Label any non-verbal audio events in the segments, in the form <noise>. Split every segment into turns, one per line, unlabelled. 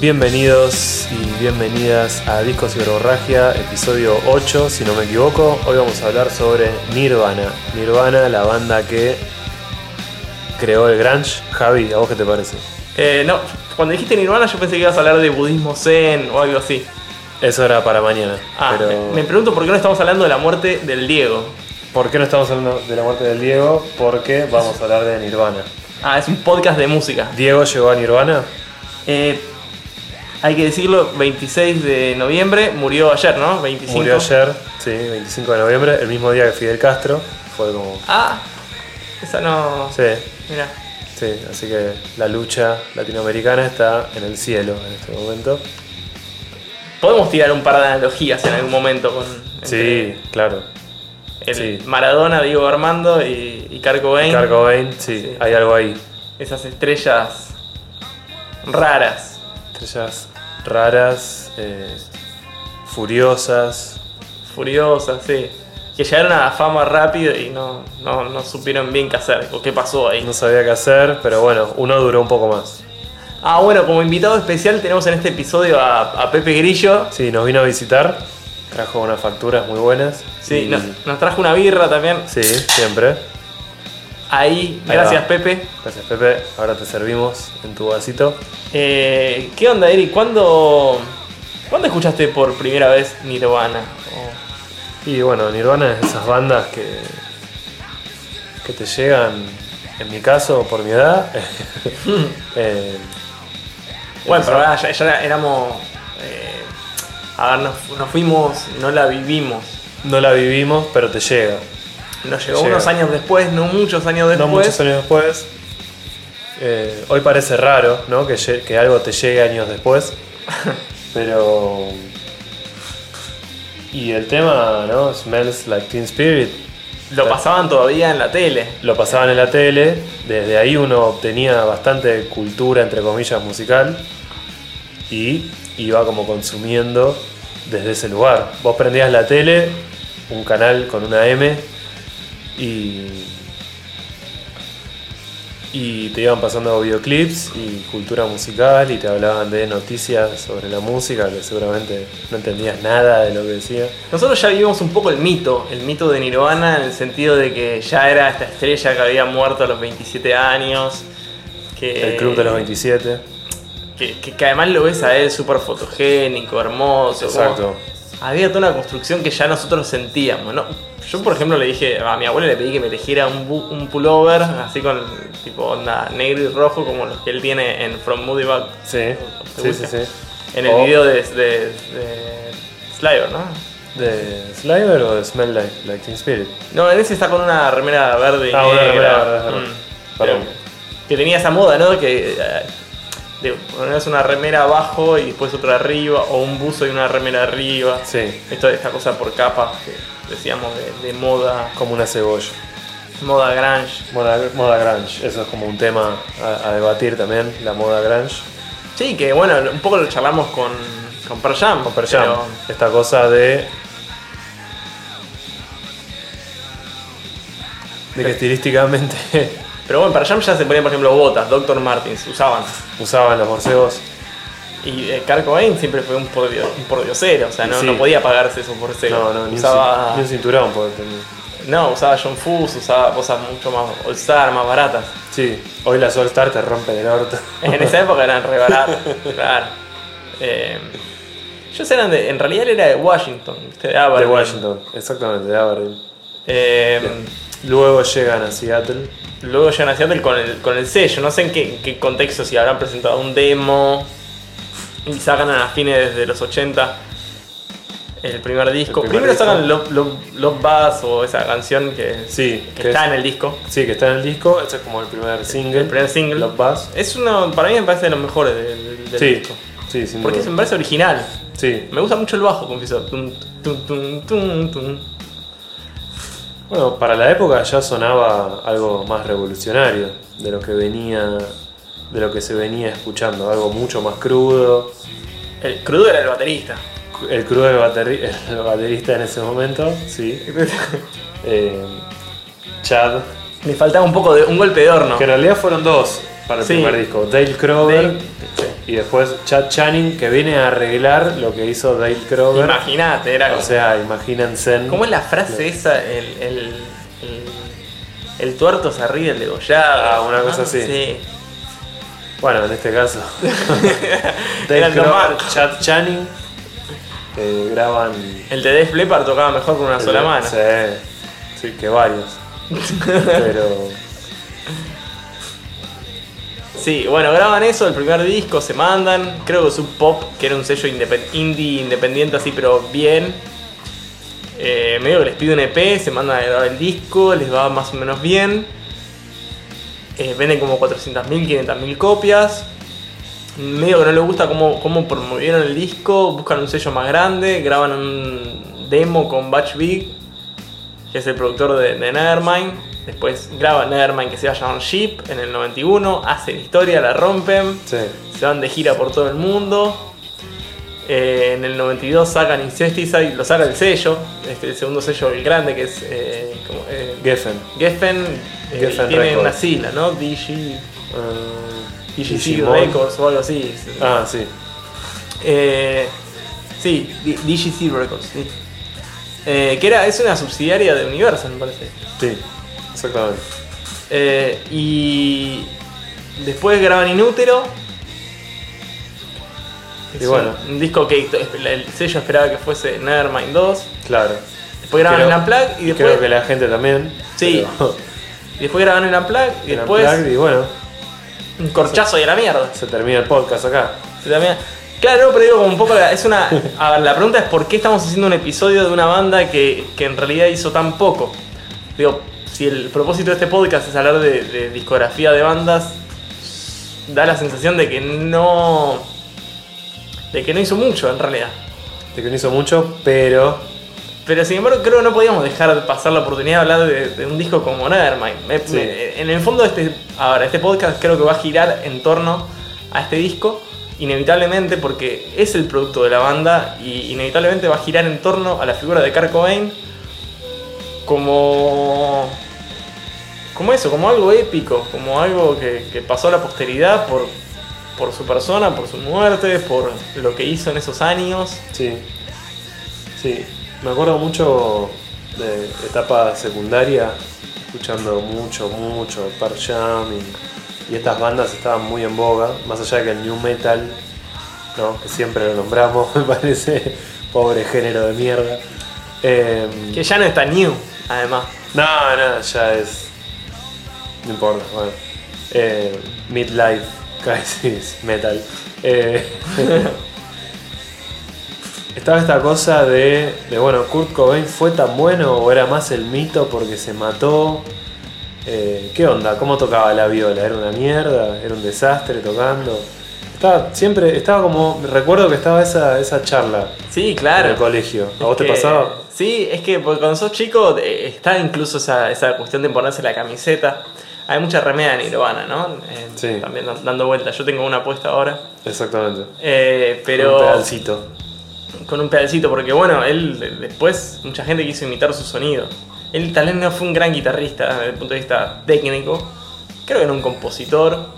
Bienvenidos y bienvenidas a Discos y Verborragia, episodio 8, si no me equivoco. Hoy vamos a hablar sobre Nirvana. Nirvana, la banda que creó el grunge. Javi, ¿a vos qué te parece?
Eh, no, cuando dijiste Nirvana yo pensé que ibas a hablar de budismo zen o algo así.
Eso era para mañana.
Ah,
pero
me- me pregunto por qué no estamos hablando de la muerte del Diego.
¿por qué no estamos hablando de la muerte del Diego? Porque vamos a hablar de Nirvana.
Ah, es un podcast de música.
¿Diego llegó a Nirvana?
Eh, hay que decirlo, 26 de noviembre, murió ayer, ¿no? 25.
Murió ayer, sí, 25 de noviembre, el mismo día que Fidel Castro. Fue como...
Ah, esa no...
Sí,
Mira.
Sí, así que la lucha latinoamericana está en el cielo en este momento.
Podemos tirar un par de analogías en algún momento con... entre
Sí, claro.
El
sí.
Maradona, Diego Armando y, y Kurt Cobain.
Kurt Cobain, sí,
Sí.
hay algo ahí.
Esas estrellas raras.
Estrellas raras, eh, furiosas.
furiosas, sí. Que llegaron a la fama rápido y no, no, no supieron bien qué hacer o qué pasó ahí.
No sabía qué hacer, pero bueno, uno duró un poco más.
Ah, bueno, como invitado especial tenemos en este episodio a, a Pepe Grillo.
Sí, nos vino a visitar, trajo unas facturas muy buenas.
Sí,
y-
nos, nos trajo una birra también.
sí, siempre.
Ahí,
Ahí
gracias
va.
Pepe.
Gracias Pepe, ahora te servimos en tu vasito.
Eh, ¿Qué onda, Eri? ¿Cuándo, ¿Cuándo escuchaste por primera vez Nirvana? O-
Y bueno, Nirvana es de esas bandas que, que te llegan, en mi caso, por mi edad. <laughs> Eh,
Bueno, pero ahora ya, ya éramos... eh, a ver, nos, nos fuimos, no la vivimos.
no la vivimos, pero te llega.
Nos llegó
Llega.
unos años después, no muchos años después.
No muchos años después. Eh, hoy parece raro, ¿no? Que, lle- que algo te llegue años después. Pero. Y el tema, ¿no? Smells Like Teen Spirit.
Lo pasaban todavía en la tele.
lo pasaban en la tele, desde ahí uno obtenía bastante cultura, entre comillas, musical, y iba como consumiendo desde ese lugar. Vos prendías la tele, un canal con una M, y, y te iban pasando videoclips y cultura musical, y te hablaban de noticias sobre la música, que seguramente no entendías nada de lo que decía.
Nosotros ya vivimos un poco el mito, el mito de Nirvana en el sentido de que ya era esta estrella que había muerto a los 27 años. Que,
El Club
Eh,
de los 27.
Que, que- que además lo ves a él súper fotogénico, hermoso. como-
Exacto.
había toda una construcción que ya nosotros sentíamos, ¿no? Yo, por ejemplo, le dije a mi abuela, le pedí que me tejiera un, bu- un pullover, así con tipo onda negro y rojo, como los que él tiene en From Moody Back,
Sí, sí, sí, sí.
en el
O-
video de, de, de Slider, ¿no?
¿De Sliver o de Smell Like, like Teen Spirit?
No, en ese está con una remera verde. y
Ah, una
negra. Mm.
remera verde, es verdad. Perdón.
Pero Que tenía esa moda, ¿no? Que eh, de ponerse una remera abajo y después otra arriba, o un buzo y una remera arriba.
Sí,
Esto esta cosa por capas que decíamos de, de moda,
como una cebolla.
moda grunge.
Moda, moda grunge, eso es como un tema a, a debatir también, la moda grunge.
Sí, que bueno, un poco lo charlamos con, con Pearl Jam.
Con Pearl Jam,
pero-
esta cosa de... De que estilísticamente <laughs>
Pero bueno, Pearl Jam ya se ponían, por ejemplo, botas, Dr. Martins, usaban.
usaban los morcegos.
Y eh, Kurt Cobain siempre fue un pordio- un pordiosero, o sea, no,
Sí.
no podía pagarse eso por ser.
No, no, ni, un,
usaba
cin- ni un cinturón podés tener.
No, usaba John Fuss, usaba cosas mucho más all más baratas. <laughs>
Sí, hoy la All Star te rompe el orto.
En esa época eran re baratas, claro. Eh, ellos eran de, en realidad él era de Washington, ¿viste? de
De
Aberdeen.
Washington, exactamente, de Aberdeen.
Eh,
Luego llegan a Seattle.
luego llegan a Seattle con el, con el sello, no sé en qué, en qué contexto, si habrán presentado un demo y sacan a fines de los 80 el primer disco.
El primer
Primero
disco.
sacan Love, Love, Love Buzz o esa canción que,
Sí,
que
que
está
es-
en el disco.
Sí, que está en el disco. Este es como el primer single.
El primer single.
Love Buzz.
Es uno, para mí me parece de los mejores del, del
Sí,
disco.
sí, sin
Porque
duda.
es- me parece original.
Sí.
Me gusta mucho el bajo, confieso. Tum, tum, tum, tum, tum.
Bueno, para la época ya sonaba algo más revolucionario de lo que venía, de lo que se venía escuchando, algo mucho más crudo.
El crudo era
<laughs>
el baterista.
El crudo del baterri- <laughs> el baterista en ese momento, sí. Eh, Chad,
Le faltaba un poco de un golpe de horno.
que en realidad fueron dos. para el
Sí.
primer disco. Dale Crover
Dale-
y después Chad Channing que viene a arreglar lo que hizo Dale Crover.
Imagínate, era.
O sea, imagínense. en-
¿Cómo es la frase esa? El, el, el, el tuerto se ríe del degollado.
Ah, una cosa
¿no?
así.
Sí.
Bueno, en este caso.
<laughs>
Dale
Eran los
Crover,
más.
Chad Channing que graban.
El de Def Leppard tocaba mejor con una sola mano.
Sí, sí, que varios. Pero.
Sí, bueno, graban eso, el primer disco, se mandan. Creo que Sub Pop, que era un sello independ- indie independiente así, pero bien. Eh, medio que les pide un EP, se mandan a grabar el disco, les va más o menos bien. Eh, venden como 400.000, 500.000 copias. Medio que no les gusta cómo, cómo promovieron el disco, buscan un sello más grande, graban un demo con Batch Big, que es el productor de, de Nevermind. Después graban Nevermind que se va a llamar Ship en el 91, hacen historia, la rompen,
Sí.
se van de gira por todo el mundo. Eh, en el 92 sacan Incesticide, lo saca el sello, este, el segundo sello el grande que es eh, como, eh,
Geffen.
Geffen, eh,
Geffen
tiene
Records.
una sigla, ¿no? DG,
Ah,
DGC
Digimon.
Records o algo así.
Ah, sí.
Eh, sí, D- DGC Records, sí. Eh, que era, es una subsidiaria de Universal, me parece.
Sí, exactamente.
Eh, y después graban Inútero.
Y bueno.
Un, un disco que to- el sello esperaba que fuese Nevermind 2.
Claro.
Después graban
Creo-
en Unplugged y después,
Creo que la gente también.
Sí.
pero-
y después graban
<laughs>
en Unplugged y
en
después
Unplugged, y bueno,
un corchazo de la mierda.
se termina el podcast acá.
Se también- Claro, pero digo, como un poco. la- Es una. A ver, la pregunta es: ¿por qué estamos haciendo un episodio de una banda que, que en realidad hizo tan poco? Digo, si el propósito de este podcast es hablar de, de discografía de bandas, da la sensación de que no. de que no hizo mucho en realidad.
De que no hizo mucho, pero.
Pero sin embargo, creo que no podíamos dejar de pasar la oportunidad de hablar de, de un disco como Nevermind. Me-
Sí.
me- en el fondo, este, ahora, este podcast creo que va a girar en torno a este disco, inevitablemente, porque es el producto de la banda y inevitablemente va a girar en torno a la figura de Kurt Cobain como. como eso, como algo épico, como algo que, que pasó a la posteridad por, por su persona, por su muerte, por lo que hizo en esos años.
Sí. Sí. Me acuerdo mucho de etapa secundaria, escuchando mucho, mucho Pearl Jam y, y estas bandas estaban muy en boga, más allá de que el New Metal, ¿no? que siempre lo nombramos, <laughs> me parece, pobre género de mierda. Em,
Que ya no está new, además.
No, no, ya es. No importa, bueno. Eh, midlife crisis <laughs> metal. Eh, <laughs> estaba esta cosa de, de, bueno, Kurt Cobain fue tan bueno o era más el mito porque se mató. Eh, ¿Qué onda? ¿Cómo tocaba la viola? ¿Era una mierda? ¿Era un desastre tocando? Estaba, siempre, estaba como, recuerdo que estaba esa, esa charla
Sí,
en el
claro.
colegio. ¿A vos
Es
te
que-
pasaba?
Sí, es que porque cuando sos chico eh, está incluso esa, esa cuestión de ponerse la camiseta. Hay mucha remeda nirvana, ¿no? Eh,
Sí.
También dan- dando vueltas. Yo tengo una apuesta ahora.
Exactamente.
Eh, pero.
Un pedalcito.
Con un pedacito, porque bueno, él de- después mucha gente quiso imitar su sonido. Él tal vez no fue un gran guitarrista desde el punto de vista técnico. Creo que era un compositor.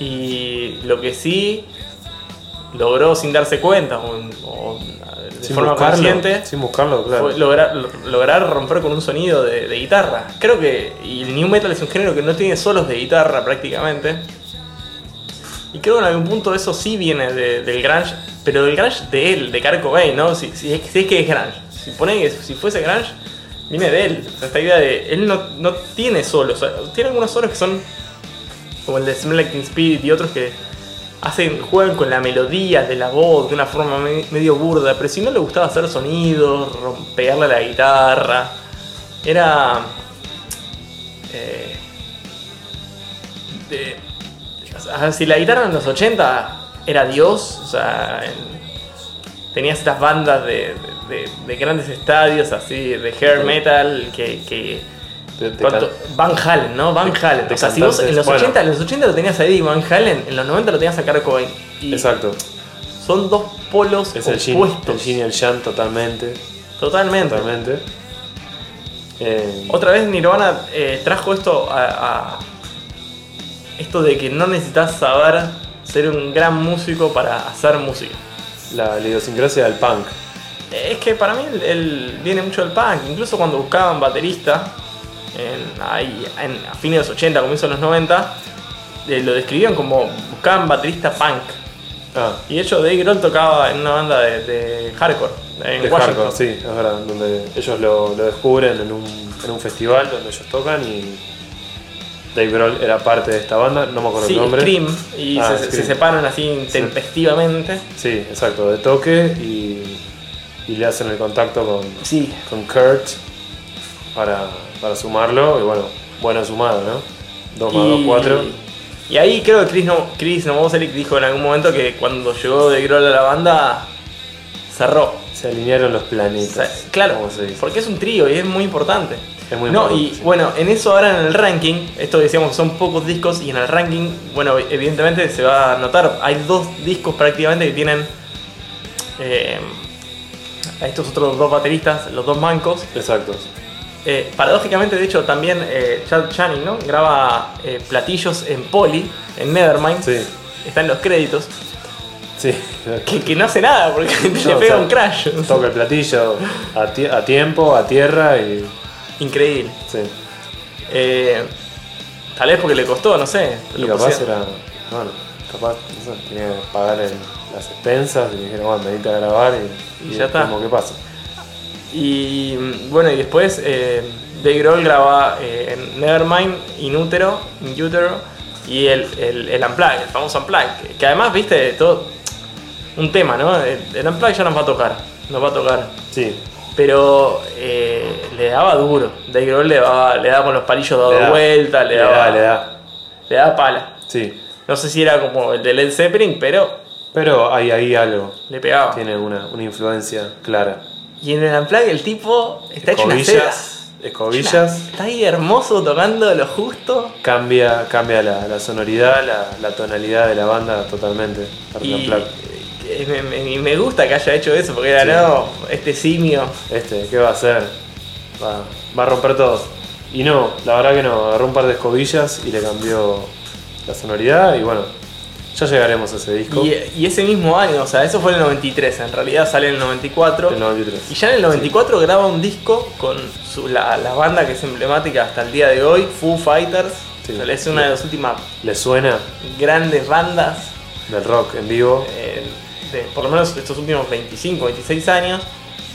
Y lo que sí logró sin darse cuenta o, o de forma consciente
Sin buscarlo, claro.
fue lograr, lo- lograr romper con un sonido de, de guitarra. Creo que y el new metal es un género que no tiene solos de guitarra prácticamente. Y creo que en algún punto eso sí viene de- del grunge, pero del grunge de él, de Kurt Cobain, ¿no? Si, si es, que- si es que es grunge. Si pone que si fuese grunge, viene de él. O sea, esta idea de él no, no tiene solos. O sea, tiene algunos solos que son como el de Smell Like Teen Spirit y otros que hacen, juegan con la melodía de la voz de una forma me- medio burda, pero si no le gustaba hacer sonidos, romperle la guitarra, era... eh, de- o sea, a ver, si la guitarra en los 80 era Dios, o sea, en- tenías estas bandas de, de- de grandes estadios así, de hair metal, que- que
Te- te
¿Cuánto?
can-
Van Halen, ¿no? Van
de-
Halen.
de
o sea, si vos en los,
cantantes,
80, en los 80 lo tenías a Eddie Van Halen, en los 90 lo tenías a Kurt Cobain. Y
Exacto.
Son dos polos
Es el yin, el
opuestos.
yin y el yang totalmente.
totalmente.
Totalmente. Eh,
eh, Otra vez Nirvana eh, trajo esto a, a- esto de que no necesitas saber ser un gran músico para hacer música.
La, la idiosincrasia del punk.
Es que para mí el- el- viene mucho del punk. Incluso cuando buscaban baterista, en, ahí, en- a fines de los 80, comienzos de los 90, eh, lo describían como buscaban baterista punk.
Ah,
Y de hecho Dave Grohl tocaba en una banda de, de hardcore, en
de
Washington.
hardcore, sí, es verdad. Donde ellos lo, lo descubren en un, en un festival donde ellos tocan y Dave Grohl era parte de esta banda, no me acuerdo
Sí,
el nombre.
Scream, y
Ah,
se, se
Scream.
separan así tempestivamente.
Sí, exacto, de toque y, y le hacen el contacto con,
Sí.
con Kurt para, para sumarlo. Y bueno, buena sumada, ¿no? 2 más 2, 4.
Y ahí creo que Chris, no, Chris Novoselic dijo en algún momento que cuando llegó de Grohl a la banda, cerró.
Se alinearon los
O sea,
planetas.
claro,
como se dice.
porque es un trío y es muy importante.
Es muy
no,
importante,
y
sí.
bueno, en eso ahora en el ranking, esto decíamos que son pocos discos y en el ranking, bueno, evidentemente se va a notar, hay dos discos prácticamente que tienen eh, a estos otros dos bateristas, los dos mancos.
Exacto.
Eh, paradójicamente, de hecho, también eh, Chad Channing ¿no? graba eh, platillos en Poli, en Nevermind,
Sí,
está en los créditos,
sí.
<laughs>
<laughs>
que, que no hace nada porque <laughs> le
o
pega
sea,
un crash.
Toca el platillo a, tie- a tiempo, a tierra y.
Increíble.
Sí.
Eh, tal vez porque le costó, no sé.
Y
lo
capaz
pusieron.
era. Bueno, capaz no sé, tenía que pagar el- las expensas y le dijeron, bueno, venite a grabar y,
Y ya está.
Como, ¿Qué pasa?
Y mm, bueno, y después eh, Dave Grohl graba eh, en Nevermind, Inútero, Inútero y el, el, el Unplugged, el famoso Unplugged. que- Que además, viste, todo un tema, ¿no? El, el Unplugged ya nos va a tocar, nos va a tocar.
Sí,
Pero eh, le daba duro. Dave Grohl le daba, le daba con los palillos dado
Le da.
vuelta, le,
le
daba,
da, le da.
le daba pala.
Sí.
No sé si era como el de Led Zeppelin, pero
Pero hay ahí algo.
le pegaba.
Tiene una, una influencia clara.
Y en el Unplugged el tipo está hecho una seda.
Escobillas. Escobillas.
Está ahí hermoso tocando lo justo.
Cambia, cambia la, la sonoridad, la, la tonalidad de la banda totalmente. Art
Y
Unplugged.
eh, me, me- y me gusta que haya hecho eso, porque era,
Sí.
no, este simio.
Este, ¿qué va a hacer? Va, va a romper todo. Y no, la verdad que no, agarró un par de escobillas y le cambió la sonoridad y bueno, ya llegaremos a ese disco.
Y, eh, y ese mismo año, o sea, eso fue en el 93, en realidad sale en el 94.
del 93.
Y ya en el 94 graba un disco con su- la, la banda que es emblemática hasta el día de hoy, Foo Fighters.
Sí.
O sea, es una de las últimas
¿Le suena
grandes bandas,
del rock en vivo?
eh, de, por lo menos estos últimos 25, 26 años.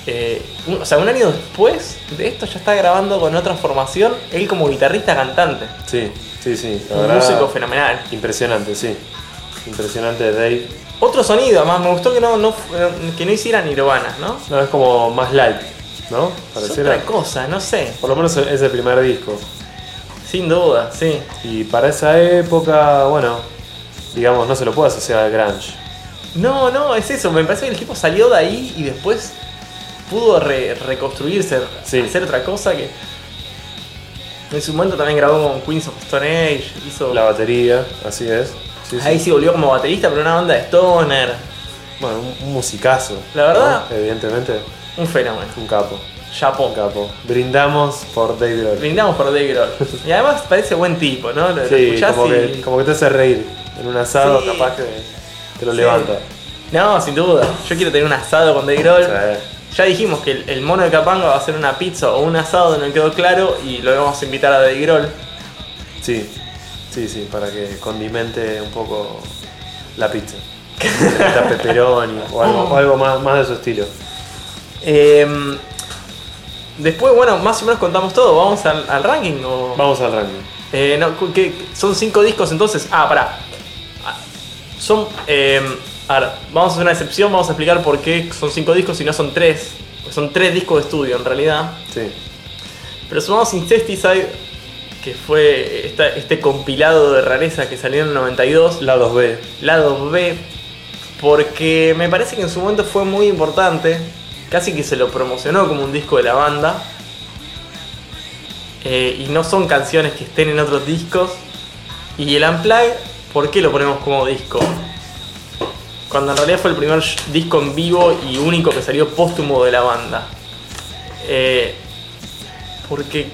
Eh, un- o sea, un año después de esto ya está grabando con otra formación, él como guitarrista cantante.
Sí, sí, sí. la
Un
verdad,
músico fenomenal.
Impresionante, sí. Impresionante Dave.
Otro sonido, además, me gustó que no, no, que no hicieran Nirvana, ¿no?
No, es como más light, ¿no?
Es
Pareciera.
otra cosa, no sé,
Por lo menos es el primer disco.
sin duda, sí.
Y para esa época, bueno, digamos, no se lo puede asociar al grunge.
No, no, es eso. Me parece que el tipo salió de ahí y después pudo re- reconstruirse,
Sí.
hacer otra cosa que. En su momento también grabó con Queens of Stone Age, hizo.
La batería, así es. Sí, sí.
Ahí sí volvió como baterista, pero una banda de stoner.
Bueno, un, un musicazo.
La verdad.
¿no? Evidentemente,
Un fenómeno.
un capo.
Chapo.
Un capo. Brindamos por Dave Grohl.
Brindamos por Dave Grohl. Y además parece buen tipo, ¿no? Lo, lo
Sí,
escuchás
como que,
y-
como que te hace reír. En un asado,
Sí.
capaz que te lo
Sí.
levanta.
No, sin duda. Yo quiero tener un asado con Dave Grohl.
O sea,
Ya dijimos que el, el mono de Capanga va a hacer una pizza o un asado, no quedó claro, y lo vamos a invitar a Dave Grohl.
sí, sí, sí, para que condimente un poco la
<laughs>
pizza. Le meta pepperoni o algo, o algo más, más de su estilo.
Eh, después, bueno, más o menos contamos todo. Vamos al, al ranking. O...
Vamos al ranking.
Eh, no, cu- ¿qué- qué- son cinco discos entonces. Ah, pará. Ah, Son. eh, ahora, vamos a hacer una excepción. Vamos a explicar por qué son cinco discos y no son tres. Porque son tres discos de estudio en realidad.
Sí,
Pero sumamos Incesticide, que fue esta- este compilado de rarezas que salió en el 92.
lados B.
lado B, porque me parece que en su momento fue muy importante, casi que se lo promocionó como un disco de la banda, eh, y no son canciones que estén en otros discos, y el Unplugged, ¿por qué lo ponemos como disco? Cuando en realidad fue el primer sh- disco en vivo y único que salió póstumo de la banda. Eh, porque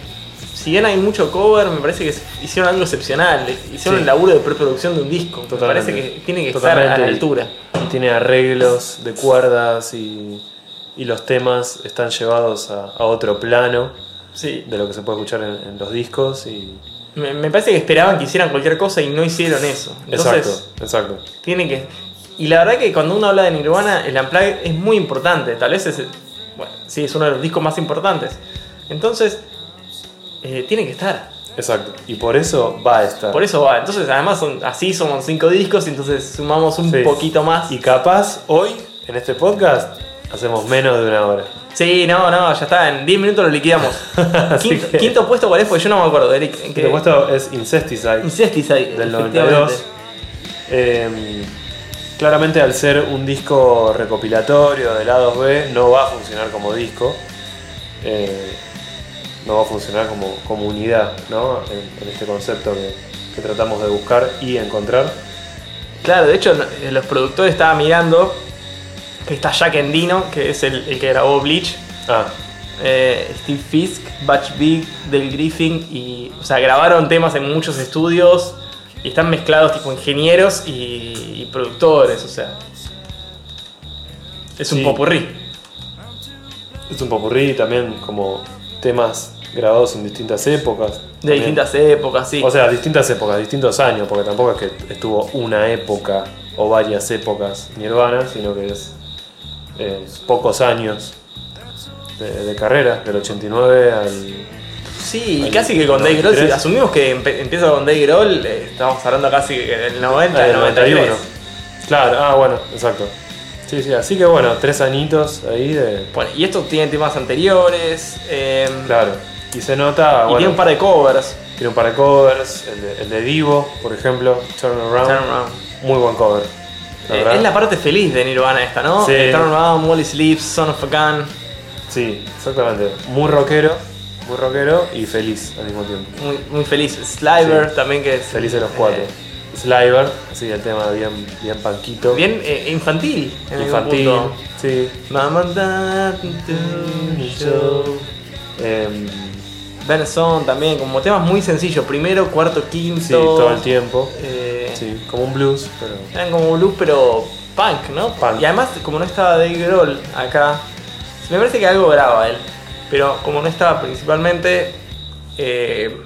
si bien hay mucho cover, me parece que hicieron algo excepcional. Hicieron
Sí.
el laburo de preproducción de un disco.
Totalmente.
Me parece que tiene que estar
Totalmente.
a la altura.
Y tiene arreglos de cuerdas y, y los temas están llevados a, a otro plano
Sí,
de lo que se puede escuchar en, en los discos. Y,
me, me parece que esperaban que hicieran cualquier cosa y no hicieron eso. Entonces,
exacto, exacto.
tiene que. Y la verdad que cuando uno habla de Nirvana, el Unplugged es muy importante. Tal vez es. Bueno, sí, es uno de los discos más importantes. Entonces, eh, tiene que estar.
Exacto. Y por eso va a estar.
Por eso va. Entonces, además, son, así somos cinco discos, entonces sumamos un
Sí.
poquito más.
Y capaz hoy, en este podcast, hacemos menos de una hora.
Sí, no, no, ya está. En 10 minutos lo liquidamos.
<laughs> Así
quinto,
que-
quinto puesto, ¿cuál es? Porque yo no me acuerdo, Eric. ¿En
Te
qué?
he puesto es Incesticide.
Incesticide.
del
efectivamente.
92. Eh, claramente al ser un disco recopilatorio de lados B no va a funcionar como disco. Eh, no va a funcionar como, como unidad, ¿no? En, en este concepto que, que tratamos de buscar y encontrar.
Claro, de hecho, eh, los productores estaban mirando que está Jack Endino, que es el, el que grabó Bleach,
Ah,
eh, Steve Fisk, Batch Big, Del Griffin, y, o sea, grabaron temas en muchos estudios y están mezclados tipo ingenieros y, y productores, o sea. Es un
Sí.
popurrí.
es un popurrí también como temas grabados en distintas épocas.
De
también.
distintas épocas, sí.
O sea, distintas épocas, distintos años, porque tampoco es que estuvo una época o varias épocas Nirvana, sino que es eh, pocos años de, de carrera, del 89 al...
Sí, y
Al-
casi que con Dave Grohl, si
93.
asumimos que empe- empieza con Dave Grohl, eh, estamos hablando casi que del 90,
al
del 91.
Claro, ah, bueno, exacto. Sí, sí, así que bueno, tres añitos ahí de...
Bueno, y estos tienen temas anteriores, eh,
Claro, y se nota...
y
bueno,
tiene un par de covers.
tiene un par de covers, el de, el de Divo, por ejemplo, Turn Around,
Turn Around.
muy buen cover. la
Eh,
verdad.
es la parte feliz de Nirvana esta, ¿no? Eh,
Sí.
Turn Around, Molly Sleeps, Son of a Gun,
Sí, exactamente. Muy rockero, muy rockero y feliz al mismo tiempo.
muy, muy feliz. Sliver
Sí.
también que es...
Feliz de los cuatro.
eh,
Sliver, sí, el tema bien, bien panquito.
bien eh, infantil. En algún
infantil.
punto.
Sí.
Mama that to show.
Em,
Benson también, como temas muy sencillos. Primero, cuarto, quinto.
sí, todo el tiempo.
Eh,
Sí, como un blues, pero.
Eran como blues, pero punk, ¿no?
Punk.
Y además, como no estaba Dave Grohl acá, me parece que algo graba él. Pero como no estaba principalmente, eh,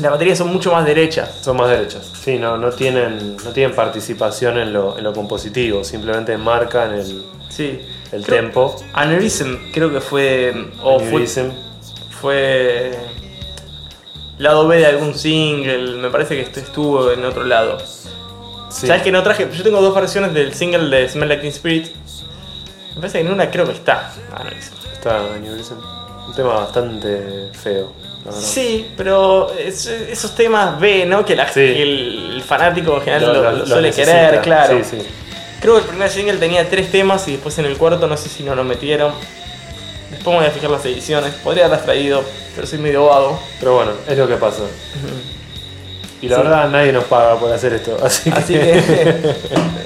las baterías son mucho más derechas.
Son más derechas. Sí, no, no tienen, no tienen participación en lo, en lo compositivo, simplemente marcan el,
Sí.
el
Creo- Oh,
tempo.
Aneurysm, creo que fue. O fue,
Dicen,
fue. Lado B de algún single, me parece que este estuvo en otro lado.
sí.
¿Sabes que no traje? Yo tengo dos versiones del single de Smell Like Teen Spirit. Me parece que en una creo que está Aneurysm.
Está New Dicen. Un tema bastante feo, la verdad.
Sí, pero es- esos temas B, ¿no? Que, la-
Sí.
que el fanático en
Lo-
general lo,
lo-
lo
lo
suele
necesita.
querer, claro.
Sí, sí.
Creo que el primer single tenía tres temas y después en el cuarto no sé si no lo metieron. Después me voy a fijar las ediciones, podría haberlas traído, pero soy medio vago.
Pero bueno, es lo que pasa. Y la
Sí.
verdad nadie nos paga por hacer esto, <laughs> así que,
Así que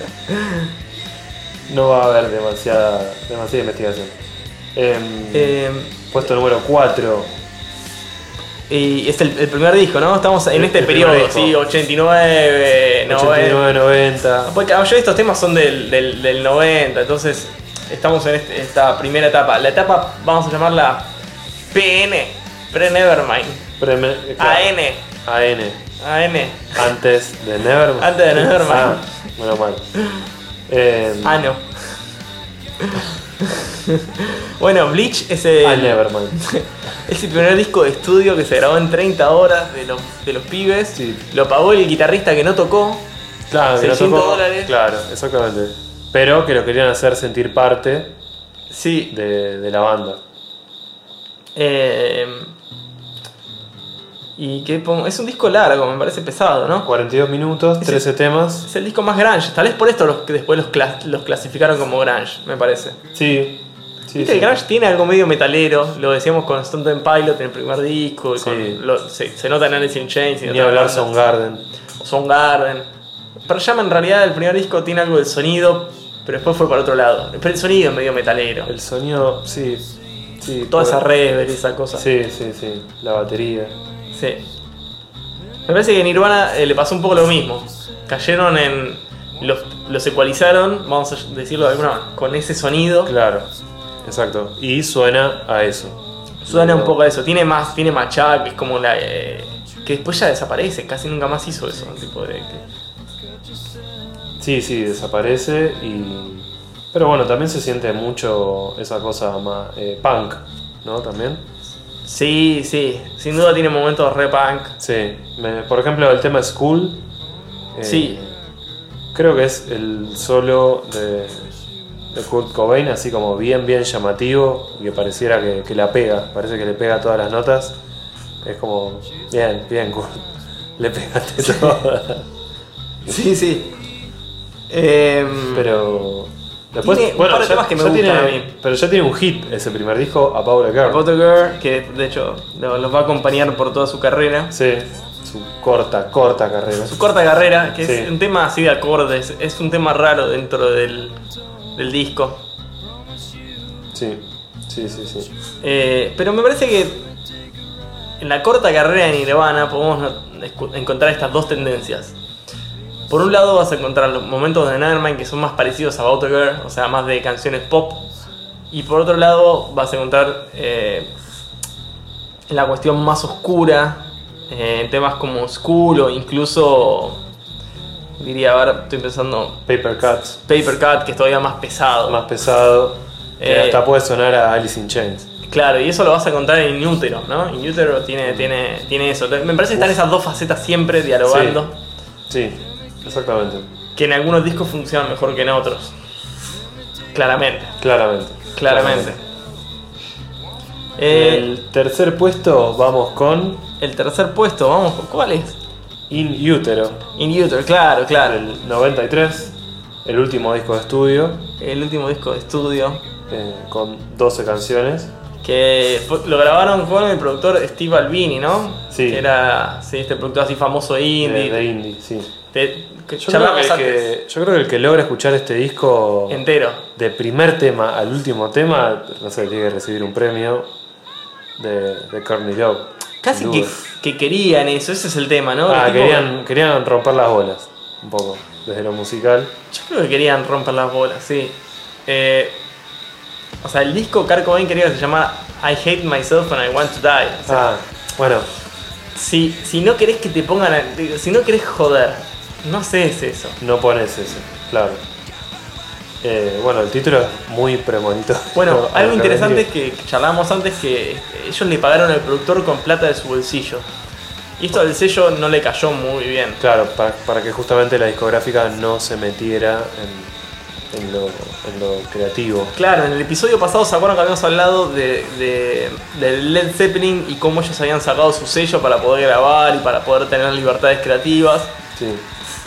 <laughs>
<laughs>
no va a haber demasiada, demasiada investigación. Em,
eh,
puesto número 4.
y es el, el primer disco, ¿no? Estamos en
El-
este
el primer
periodo,
disco.
sí, 89,
89-90.
90. Porque la mayoría de estos temas son del, del, del 90, entonces estamos en este- esta primera etapa. La etapa vamos a llamarla PN, pre-Nevermind,
Preme- eh, claro,
AN,
AN.
AN,
Antes de Nevermind.
Antes de Nevermind.
Ah, bueno, mal. Em,
ANO. <laughs> bueno, Bleach es el,
a Nevermind.
es el primer disco de estudio que se grabó en 30 horas de los, de los pibes.
Sí.
Lo pagó el guitarrista que no tocó.
Claro, que lo
600
tocó-
dólares.
Claro, exactamente. Pero que lo querían hacer sentir parte
Sí.
de, de la banda.
eh, y que pongo- es un disco largo, me parece pesado, ¿no?
42 minutos,
Ese-
13 temas.
Es el disco más grunge, tal vez por esto los que después los, clas- los clasificaron como grunge, me parece.
Sí. sí,
Viste,
sí.
el grunge tiene algo medio metalero, lo decíamos con Stone Temple Pilot en el primer disco, y
Sí.
con lo- se, se nota en Alice in Chains. y en
Ni
otras
hablar
bandas.
Soundgarden.
Soundgarden. Pero ya en realidad el primer disco tiene algo del sonido, pero después fue para otro lado. Pero el sonido es medio metalero.
El sonido, sí. Sí,
toda
por-
esa reverb y esa cosa.
Sí, sí, sí. La batería.
Sí. Me parece que Nirvana eh, le pasó un poco lo mismo. Cayeron en. Los, los ecualizaron, vamos a decirlo de alguna manera, con ese sonido.
Claro. Exacto. Y suena a eso.
Suena un poco a eso. Tiene más, tiene machaca, que es como la. eh, que después ya desaparece, casi nunca más hizo eso. Tipo de, que-
Sí, sí, desaparece y. Pero bueno, también se siente mucho esa cosa más eh, punk, ¿no? También.
Sí, sí. Sin duda tiene momentos re punk.
Sí. Me- por ejemplo, el tema School. eh,
Sí.
Creo que es el solo de, de Kurt Cobain, así como bien, bien llamativo, y que pareciera que, que la pega, parece que le pega todas las notas. Es como, bien, bien, Kurt, <laughs> le pegaste todo.
<laughs> Sí, sí. Em,
Pero después,
Tiene un
bueno,
par de
ya,
temas que me
ya
gustan
tiene-
a mí.
pero ya tiene un hit ese primer disco, A Paula Girl.
Photo Girl, que de hecho lo- los va a acompañar por toda su carrera.
Sí, su corta, corta carrera.
Su corta carrera, que es
Sí.
un tema así de acordes, es un tema raro dentro del, del disco.
Sí, sí, sí, sí.
Eh, pero me parece que en la corta carrera de Nirvana podemos no- escu- encontrar estas dos tendencias. Por un lado vas a encontrar los momentos de Nevermind que son más parecidos a About a Girl, o sea, más de canciones pop. Y por otro lado vas a encontrar eh, la cuestión más oscura, eh, temas como School o incluso, diría, a ver, estoy pensando,
Paper Cuts,
Paper Cut, que es todavía más pesado.
más pesado, que
Eh.
hasta puede sonar a Alice in Chains.
Claro, y eso lo vas a contar en Inútero, ¿no? Inútero
Mm.
tiene, tiene, tiene eso. Me parece que están esas dos facetas siempre dialogando,
Sí, exactamente,
que en algunos discos funcionan mejor que en otros. Claramente,
claramente.
claramente.
En
Eh, el...
el tercer puesto vamos con
tercer puesto, vamos, ¿con ¿cuál es?
In Utero,
Inútero, claro, claro.
del 93, el último disco de estudio,
El último disco de estudio,
eh, con 12 canciones.
que fue- lo grabaron con el productor Steve Albini, ¿no?
Sí.
Que era, sí, este productor así famoso
de-
indie.
de indie, sí.
Te- que
Yo creo,
charlamos
que,
antes.
que- yo creo que el que logra escuchar este disco
Entero.
de primer tema al último tema, no sé, tiene que recibir un premio de, de Courtney Love.
Casi
sin
que,
duda.
que querían eso, ese es el tema, ¿no?
Ah,
Tipo,
querían, querían romper las bolas, un poco, desde lo musical.
Yo creo que querían romper las bolas, sí. Eh, o sea, el disco Kurt Cobain quería que se llamara I Hate Myself and I Want to Die. O sea,
Ah, bueno,
si, si no querés que te pongan. a- digo, si no querés joder, no haces eso.
no pones eso, claro. Eh, bueno, el título es muy premonitorio. <laughs>
Bueno,
a lo
algo
que
interesante
venía.
es que charlábamos antes que ellos le pagaron al productor con plata de su bolsillo. Y esto del sello no le cayó muy bien.
Claro, pa- para, que justamente la discográfica no se metiera en, en lo, en lo creativo.
Claro, en el episodio pasado se acuerdan que habíamos hablado de, de, de Led Zeppelin y cómo ellos habían sacado su sello para poder grabar y para poder tener libertades creativas.
Sí,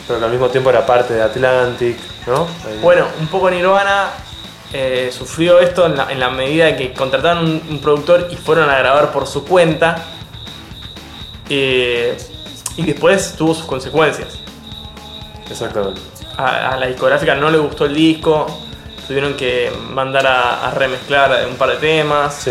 pero que al mismo tiempo era parte de Atlantic, ¿no? Ahí-
Bueno, un poco Nirvana eh, sufrió esto en la, en la medida de que contrataron un, un productor y fueron a grabar por su cuenta. Eh, y después tuvo sus consecuencias.
Exactamente.
A, a la discográfica no le gustó el disco, tuvieron que mandar a, a remezclar un par de temas.
Sí,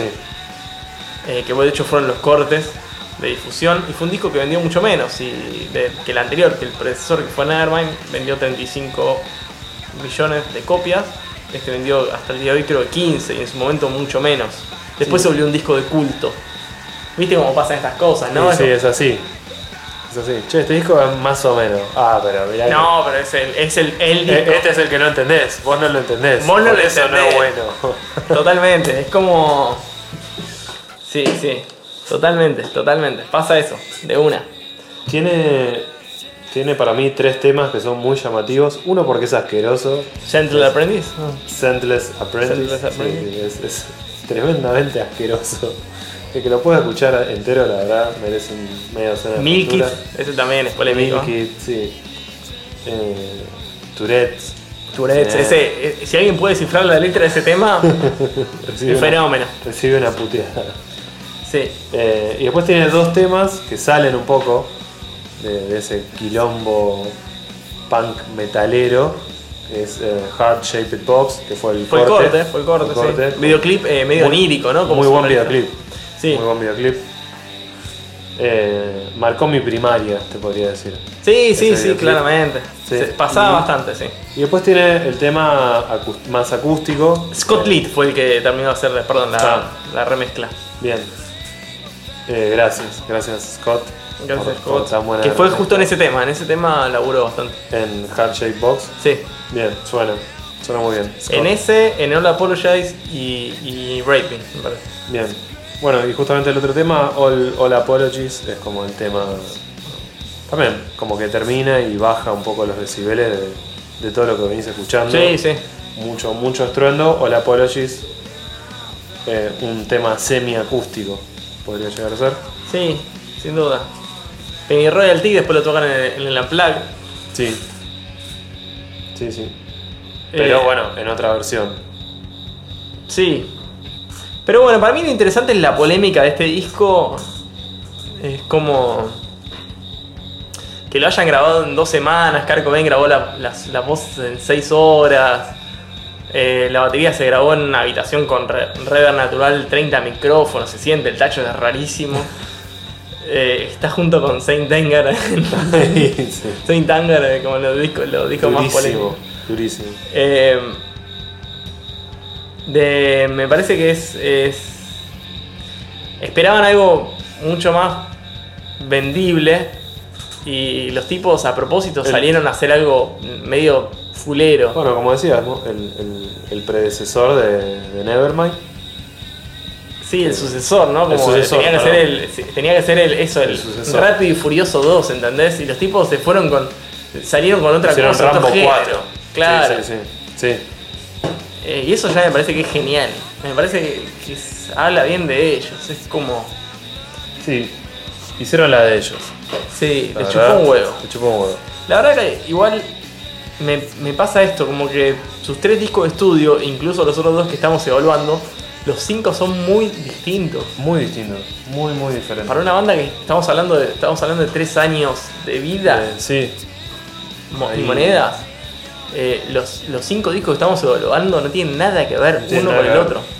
eh, que de hecho fueron los cortes de difusión, y fue un disco que vendió mucho menos y de- que el anterior, que el predecesor que fue Nevermind, vendió 35 millones de copias, este vendió hasta el día de hoy creo que 15 y en su momento mucho menos. Después
Sí.
se volvió un disco de culto. ¿Viste cómo pasan estas cosas, no?
no, sí,
Eso-
es así. Es así. Che, este disco es más o menos. Ah, pero mirá. que-
No, pero es el, es el, el
E-
disco.
Este es el que no entendés, vos no lo entendés.
Vos no
Por
lo
eso no es
entendés.
bueno. <laughs>
Totalmente, es como. Sí, sí. Totalmente, totalmente. Pasa eso, de una.
Tiene, tiene para mí tres temas que son muy llamativos. Uno porque es asqueroso,
Gentle Aprendiz. ¿no?
Sentless Apprentice.
Sentless Apprentice.
Sí, es, es tremendamente asqueroso. El que lo pueda escuchar entero, la verdad, merece un medio cena de
Milky,
cultura.
ese también es polémico.
Milky, sí. Eh, Tourette.
Tourette's,
Sí.
ese- eh, si alguien puede descifrar la letra de ese <laughs> tema,
Recibe
un
una,
fenómeno.
recibe una puteada.
Sí,
Eh, y después tiene dos temas que salen un poco de, de ese quilombo punk metalero. es eh, Hard Shaped Box, que fue el
Fue el
corte.
corte, fue el corte, sí. Videoclip eh, medio
Muy-
onírico, ¿no? Como
muy
se
buen
maneja.
videoclip.
Sí.
Muy buen videoclip. Eh, marcó mi primaria, te podría decir.
Sí, sí,
Ese
sí,
videoclip.
claramente.
Sí.
Se- pasaba
Y-
bastante, sí.
Y después tiene el tema acus- más acústico.
Scott
Eh,
Litt fue el que terminó de hacer, perdón, la,
Ah.
la remezcla.
Bien. Eh, gracias, gracias Scott. por-
Gracias,
por tan
Scott.
buena
Que fue
remezcla.
justo en ese tema, en ese tema laburó bastante.
En Hard Shape Box.
Sí.
Bien, suena. Suena muy bien. Scott.
En ese, en All Apologize y, y Rape Me, me parece.
Bien. Bueno, y justamente el otro tema, All, All Apologies, es como el tema. También, como que termina y baja un poco los decibeles de, de todo lo que venís escuchando.
Sí, sí.
Mucho, mucho estruendo. All Apologies, eh, un tema semiacústico, podría llegar a ser.
Sí, sin duda. Penny Royalty después lo tocan en el, en el Unplugged.
Sí. Sí, sí. Pero
Eh,
bueno, en otra versión. <laughs>
<laughs> Sí. Pero bueno, para mí lo interesante es la polémica de este disco. Es como. Que lo hayan grabado en dos semanas. Kurt Cobain grabó la- las, las voces en seis horas. eh, la batería se grabó en una habitación con re- reverb natural, 30 micrófonos. Se siente, el tacho es rarísimo. Eh, está junto con Saint <laughs> Anger.
Sí,
Saint Anger, eh, como los discos, los discos más polémicos.
Durísimo, durísimo.
Eh, de, me parece que es, es- Esperaban algo mucho más vendible. Y los tipos a propósito
El-
salieron a hacer algo medio fulero.
Bueno, como decías, ¿no? el, el- el predecesor de, de Nevermind.
Sí, el sucesor, ¿no? Como
El sucesor,
tenía, que ser
perdón.
el, sí, tenía que ser el eso, el,
El sucesor.
Rápido y Furioso 2, ¿entendés? Y los tipos se fueron con. salieron con otra
Hicieron
cosa. otro
Rambo
género.
4.
Claro.
Sí, sí, sí. Sí.
Eh, y eso ya me parece que es genial. Me parece que, que es- habla bien de ellos. Es como.
Sí. Hicieron la de ellos.
Sí,
la
le
verdad.
chupó un huevo.
Le chupó un huevo.
La verdad que igual me, me pasa esto, como que sus tres discos de estudio, incluso los otros dos que estamos evaluando, los cinco son muy distintos.
Muy distinto. Muy, muy diferente.
Para una banda que estamos hablando de, estamos hablando de tres años de vida
Eh, sí.
mo- y
ahí.
monedas, eh, los, los cinco discos que estamos evaluando no tienen nada que ver
No tienen
uno
nada
con
que
el
ver.
otro.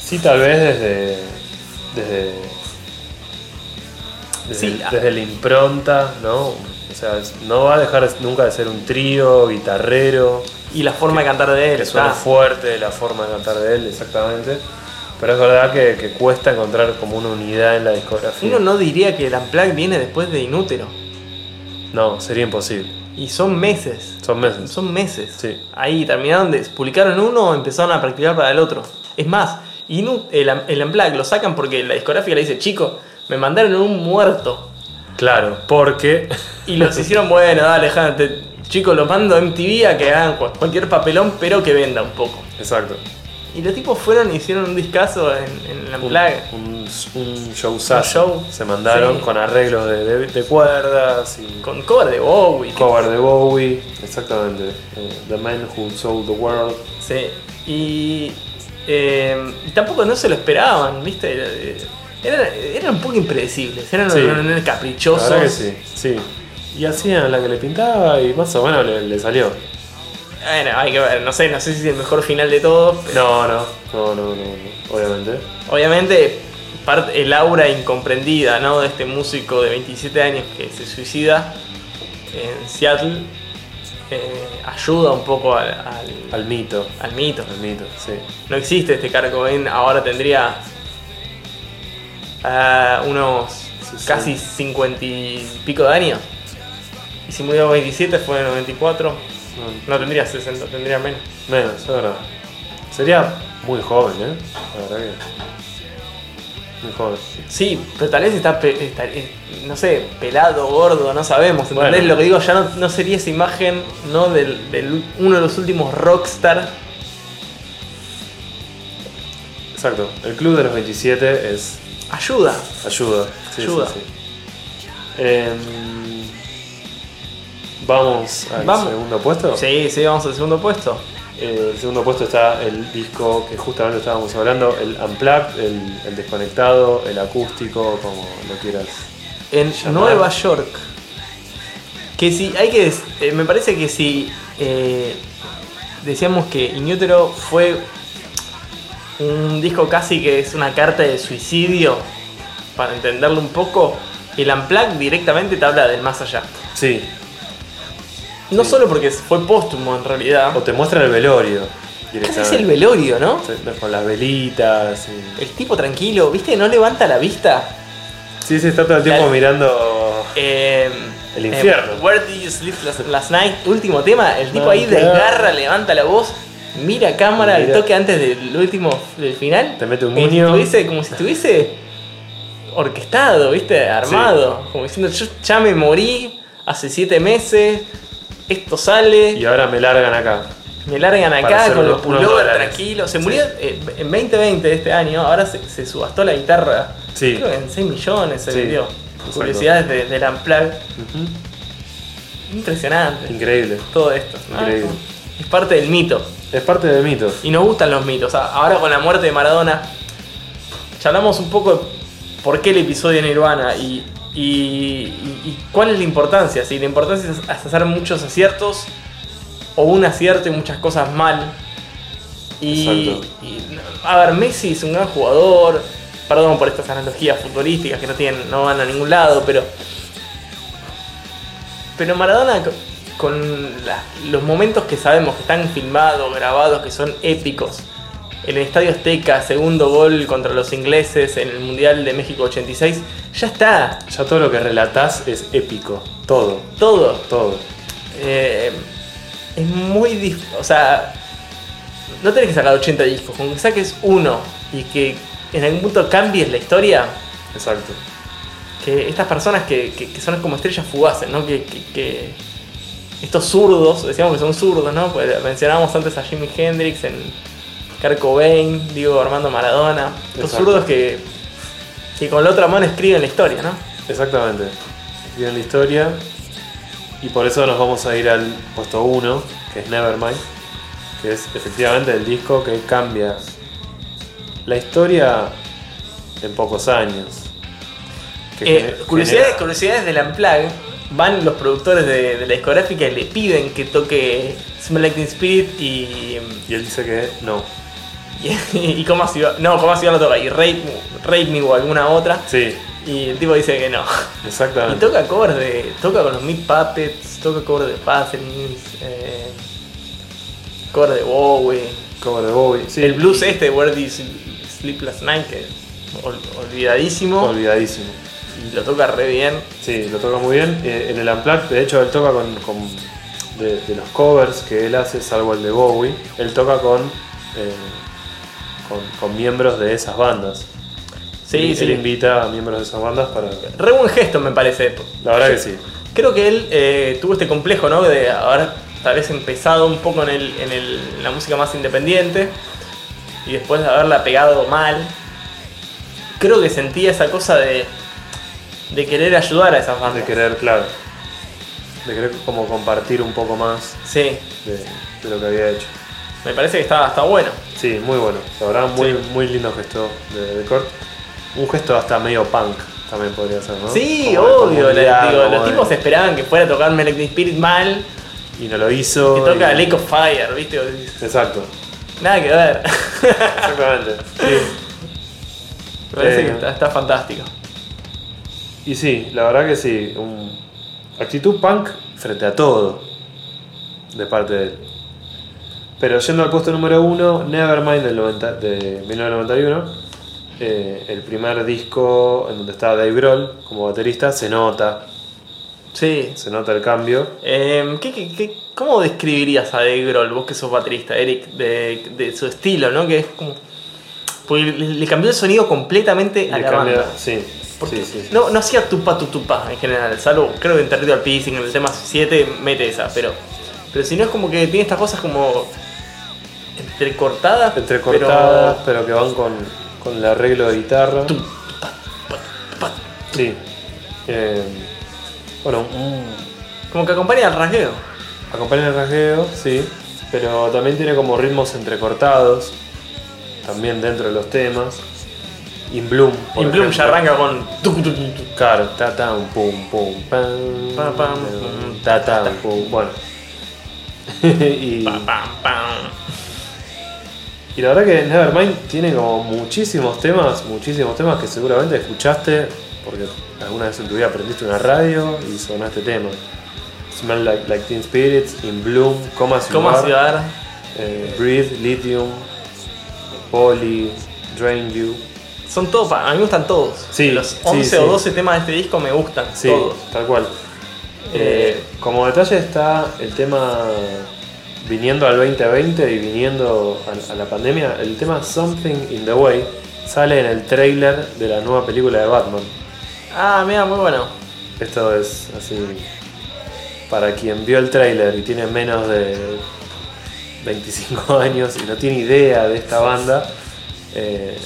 Sí, tal vez desde. Desde. Desde,
Sí, ah.
desde la impronta, ¿no? O sea, es- no va a dejar nunca de ser un trío, guitarrero.
Y la forma de cantar de él.
que suena
está.
fuerte la forma de cantar de él, exactamente. Pero es verdad que, que cuesta encontrar como una unidad en la discografía.
Uno no diría que el Unplugged viene después de Inútero.
No, sería imposible.
Y son meses.
Son meses.
Son meses.
Sí.
Ahí terminaron de. Publicaron uno, empezaron a practicar para el otro. Es más, Inu- el, el Unplugged lo sacan porque la discográfica le dice, chico, me mandaron un muerto.
Claro, porque. <laughs>
Y los hicieron, bueno, dale, Alejandro, chico, lo mando a MTV a que hagan cu- cualquier papelón, pero que venda un poco.
Exacto.
Y los tipos fueron y hicieron un discazo en, en el
Un,
Unplugged.
un, un
Un
showzazo.
show.
Se mandaron
Sí.
con arreglos de, de- de cuerdas y.
Con cover de Bowie. que-
Cover de Bowie, exactamente. Eh, The Man Who Sold the World.
Sí, y, eh, y tampoco no se lo esperaban, ¿viste? Era- Eran, eran un poco impredecibles, eran,
Sí.
eran- eran
La
caprichosos.
verdad que sí, sí. Y hacían la que le pintaba y más o menos le, le salió.
Bueno, hay que ver, no sé, no sé si es el mejor final de todo. pero
No, no, no, no, no, no, obviamente.
Obviamente, parte- el aura incomprendida, ¿no? De este músico de 27 años que se suicida en Seattle eh, ayuda un poco al, al-
Al mito.
al mito.
Al mito, sí.
No existe este cargo Cobain, ahora tendría ah, unos
Sí, sí.
casi 50 y pico de años. Y si murió a 27 fue en el 94,
No,
no tendría 60, tendría menos.
Menos, es verdad. Sería muy joven, ¿eh? La verdad que. Muy joven.
Sí, pero tal vez está, pe- está- eh, no sé, pelado, gordo, no sabemos. ¿Entendés
Bueno.
lo que digo? Ya no, no sería esa imagen, ¿no? Del, del- uno de los últimos rockstar.
Exacto. El club de los 27 es
Ayuda.
ayuda. Sí,
Ayuda.
Sí, sí. Em, vamos al
Vamos.
segundo puesto.
Sí, sí, vamos al segundo puesto.
Eh, el segundo puesto está el disco que justamente estábamos hablando, el Unplugged, el, el desconectado, el acústico, como lo quieras.
En
Llamar.
Nueva York. Que si hay que. des- eh, me parece que si eh, decíamos que Inútero fue un disco casi que es una carta de suicidio, para entenderlo un poco, el Unplugged directamente te habla del más allá.
Sí,
No solo porque fue póstumo en realidad,
o te muestran el velorio.
casi es el
directamente.
velorio, ¿no?
Con las velitas. y-
El tipo tranquilo, ¿viste? No levanta la vista.
Sí, sí, está todo el tiempo
Claro.
mirando.
Eh,
El infierno. Ah,
eh, Where did you sleep last, last night? Último tema, el tipo ahí
Levanta.
desgarra, levanta la voz, mira a cámara al
Mira.
toque antes del último, del final.
Te mete un
como si
guiño.
estuviese- como si estuviese orquestado, ¿viste? Armado. Como diciendo, yo ya me morí hace siete meses, esto sale.
Y ahora me largan acá.
Me largan
Para
acá
hacer
con los
unos- unos
pullovers
dólares.
tranquilos. Se
Sí.
murió eh, en 2020 de este año, ahora se, se subastó la guitarra.
Sí.
Creo que en 6 millones se
Sí,
vendió.
exacto.
Curiosidades de, del Unplugged. Impresionante
Increíble.
todo esto. ¿no?
Increíble.
Es parte del mito.
Es parte del mito.
Y nos gustan los mitos. A- Ahora con la muerte de Maradona, charlamos un poco de por qué el episodio de Nirvana y, y, y- y cuál es la importancia. Si la importancia es hacer muchos aciertos o un acierto y muchas cosas mal. Y,
Exacto.
y, a ver, Messi es un gran jugador. Perdón por estas analogías futbolísticas que no tienen, no van a ningún lado, pero pero Maradona, co- con la- los momentos que sabemos que están filmados, grabados, que son épicos, en el Estadio Azteca, segundo gol contra los ingleses en el Mundial de México 86, ya está,
Ya todo lo que relatás es épico. Todo,
todo.
todo.
Eh, es muy difícil, o sea, no tenés que sacar 80 discos, con que saques uno y que en algún punto cambies la historia,
Exacto.
que estas personas que, que- que son como estrellas fugaces, ¿no? Que, que- que estos zurdos, decíamos que son zurdos, ¿no? Pues mencionábamos antes a Jimi Hendrix, en Kurt Cobain, digo Armando Maradona, estos
Exacto.
zurdos que, que con la otra mano escriben la historia, ¿no?
Exactamente. Bien la historia. Y por eso nos vamos a ir al puesto 1, que es Nevermind. Que es efectivamente el disco que cambia la historia en pocos años. Que
Eh,
gener-
curiosidades,
genera-
curiosidades del Unplugged, van los productores de, de la discográfica y le piden que toque Smell Like Teen Spirit y,
Y él dice que no.
y, <laughs> y Coma Ciudad- no, Coma Ciudad no toca, y Rape, Rape Me o alguna otra,
Sí,
y el tipo dice que no. Y
exactamente.
toca covers de. toca con los Meat Puppets, toca covers de Paselins, eh, cover de Bowie.
Cover de Bowie. Sí,
el blues este de Where Did You Sleep Last Night, que es ol- olvidadísimo.
Olvidadísimo.
y lo toca re bien.
Sí, lo toca muy bien. Eh, en el Unplugged, de hecho, él toca con. con- de, de los covers que él hace, salvo el de Bowie, él toca con. eh, con, con miembros de esas bandas.
Sí,
él,
sí.
Él invita a miembros de esas bandas para.
Re buen gesto me parece.
La verdad que sí.
Creo que él eh, tuvo este complejo, ¿no? De haber tal vez empezado un poco en, el, en, el- en la música más independiente y después de haberla pegado mal. Creo que sentía esa cosa de, de querer ayudar a esas
De
bandas.
querer, claro. De querer como compartir un poco más
Sí,
de, de lo que había hecho.
me parece que está, está bueno.
Sí, muy bueno. La verdad, muy,
Sí.
muy lindo gesto de, de Kurt. Un gesto hasta medio punk también podría ser, ¿no?
Sí,
Como de
obvio. la-
comunidad,
digo,
como
los
de-
tipos esperaban que fuera a tocar Melody Spirit mal
Y no lo
y
hizo.
toca
y-
Lake of Fire, ¿viste?
Exacto.
Nada que ver. <laughs>
Exactamente. Sí.
me parece que
Eh.
está, está fantástico.
Y sí, la verdad que sí. un- Actitud punk frente a todo. De parte de él. Pero yendo al puesto número uno, Nevermind del 90 de 1991. eh, el primer disco en donde estaba Dave Grohl como baterista, se nota.
Sí,
Se nota el cambio.
Em, ¿qué- qué- qué- cómo describirías a Dave Grohl, vos que sos baterista, Eric, de, de su estilo, ¿no? Que es como. Porque le, le cambió el sonido completamente a
Le
la
cambia-
banda.
Sí,
Porque
sí, sí, sí.
No, no hacía tupa tu tupa en general, salvo creo que en Territory al Pacing, en el tema 7 mete esa, pero. Pero si no es como que tiene estas cosas como. entrecortadas. pero-
Entrecortadas, pero, que van con, con el arreglo de guitarra.
Tum, pa, pa, pa.
Sí. Eh, bueno, un-
Como que acompaña al rasgueo.
acompaña el rasgueo, sí. Pero también tiene como ritmos entrecortados. También dentro de los temas. In Bloom. por
In Bloom
ejemplo.
ya arranca con. tucu, tucu, tucu.
Claro, ta tam, pum pum pam,
Pa, pam, pum,
ta tam, pum, bueno. <laughs> y,
Pam, pam, pam.
y la verdad que Nevermind tiene como muchísimos temas, muchísimos temas que seguramente escuchaste porque alguna vez en tu vida aprendiste una radio y sonó este tema. Smell Like, like Teen Spirits, In Bloom, Coma Ciudad,
¿Cómo ciudad?
eh, Breathe, Lithium, Poly, Drain You.
Son todos, pa- a mí me gustan todos.
Sí,
Los
sí,
11 o
sí.
12 temas de este disco me gustan
Sí,
todos.
tal cual. Eh, como detalle está el tema, viniendo al 2020 y viniendo a, a la pandemia, el tema Something in the Way sale en el trailer de la nueva película de Batman.
Ah, mira, muy bueno.
Esto es así, para quien vio el trailer y tiene menos de 25 <laughs> años y no tiene idea de esta banda, eh,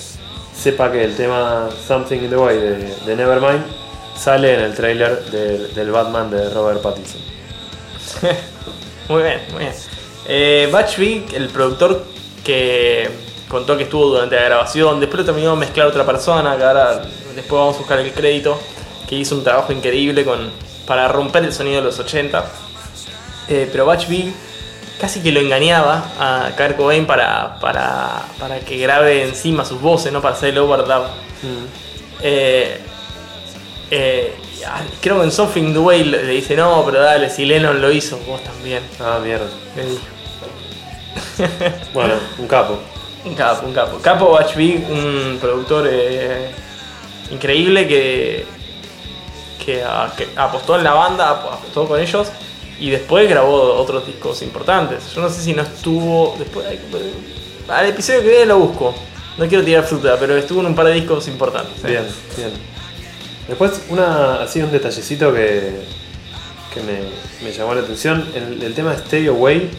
sepa que el tema Something in the Way de, de Nevermind sale en el trailer del- del Batman de Robert Pattinson.
Muy bien, muy bien. Eh, Batch Big, el productor que contó que estuvo durante la grabación, después lo terminó de mezclar otra persona, que ahora después vamos a buscar el crédito, que hizo un trabajo increíble con, para romper el sonido de los 80. Eh, pero Batch Big casi que lo engañaba a Kurt Cobain para, para, para que grabe encima sus voces, no para hacer el overdub. Eh, eh, ah, creo que en Something the Way le le dice, no, pero dale, si Lennon lo hizo, vos también.
Ah, mierda.
Le dijo.
Bueno, un capo.
Un capo, un capo. Capo Batch Big, un productor eh, increíble que, que, ah, que apostó en la banda, ap- apostó con ellos y después grabó otros discos importantes. Yo no sé si no estuvo. Después, ay, al episodio que viene lo busco. No quiero tirar fruta, pero estuvo en un par de discos importantes. eh.
Bien, bien. Después, una, así un detallecito que, que me, me llamó la atención. El, el tema Stereo Way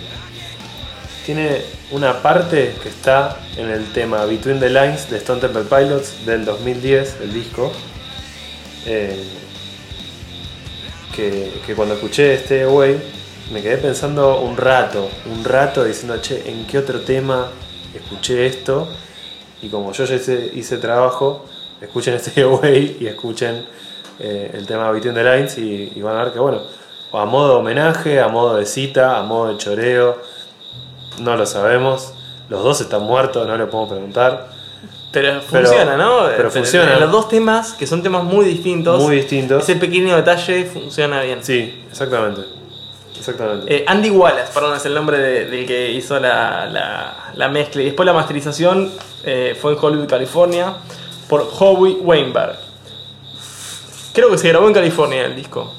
tiene una parte que está en el tema Between the Lines de Stone Temple Pilots del 2010, el disco. Eh, que, que cuando escuché Stereo Way me quedé pensando un rato, un rato diciendo, che, ¿en qué otro tema escuché esto? Y como yo ya hice, hice trabajo, escuchen este <laughs> Way y escuchen eh, el tema Between the Lines y, y van a ver que, bueno, a modo de homenaje, a modo de cita, a modo de choreo, no lo sabemos. Los dos están muertos, no le podemos preguntar.
Pero funciona, ¿no?
pero
En-
funciona.
En los dos temas, que son temas muy distintos,
Muy distintos.
ese pequeño detalle funciona bien.
Sí, exactamente. Exactamente.
Eh, Andy Wallace, perdón, es el nombre de- del que hizo la, la- la mezcla. Y después la masterización eh, fue en Hollywood, California, por Howie Weinberg. Creo que se grabó en California el disco.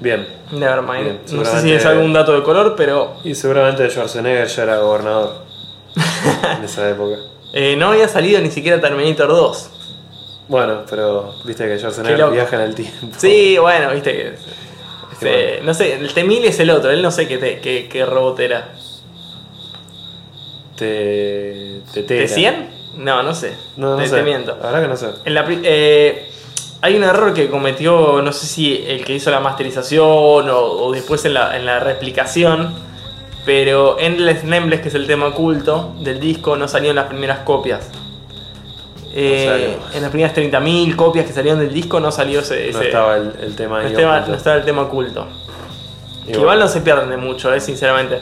Bien.
Nevermind.
Bien,
no sé si
seguramente-
es algún dato de color, pero
Y seguramente Schwarzenegger ya era gobernador en
<laughs>
esa época.
eh, no había salido ni siquiera Terminator 2.
Bueno, pero viste que
Qué
Schwarzenegger
loco.
viaja en el tiempo.
Sí, bueno, viste que. este,
bueno.
No sé, el Temil es el otro, él no sé qué, te- qué, qué robot era.
Te, te
¿De
tela.
100? No, no sé.
No, no
te,
sé.
te miento.
La verdad que no sé.
En la pri- eh, hay un error que cometió, no sé si el que hizo la masterización o, o después en la, en la replicación, pero Endless Nameless, que es el tema oculto del disco, no salió en las primeras copias. Eh,
salió.
en las primeras 30.000 copias que salieron del disco no salió ese...
No
ese-
estaba el, el tema
no
ahí.
estaba-
oculto.
no estaba el tema oculto.
Y
Que
bueno,
igual no se pierden de mucho, eh, sinceramente.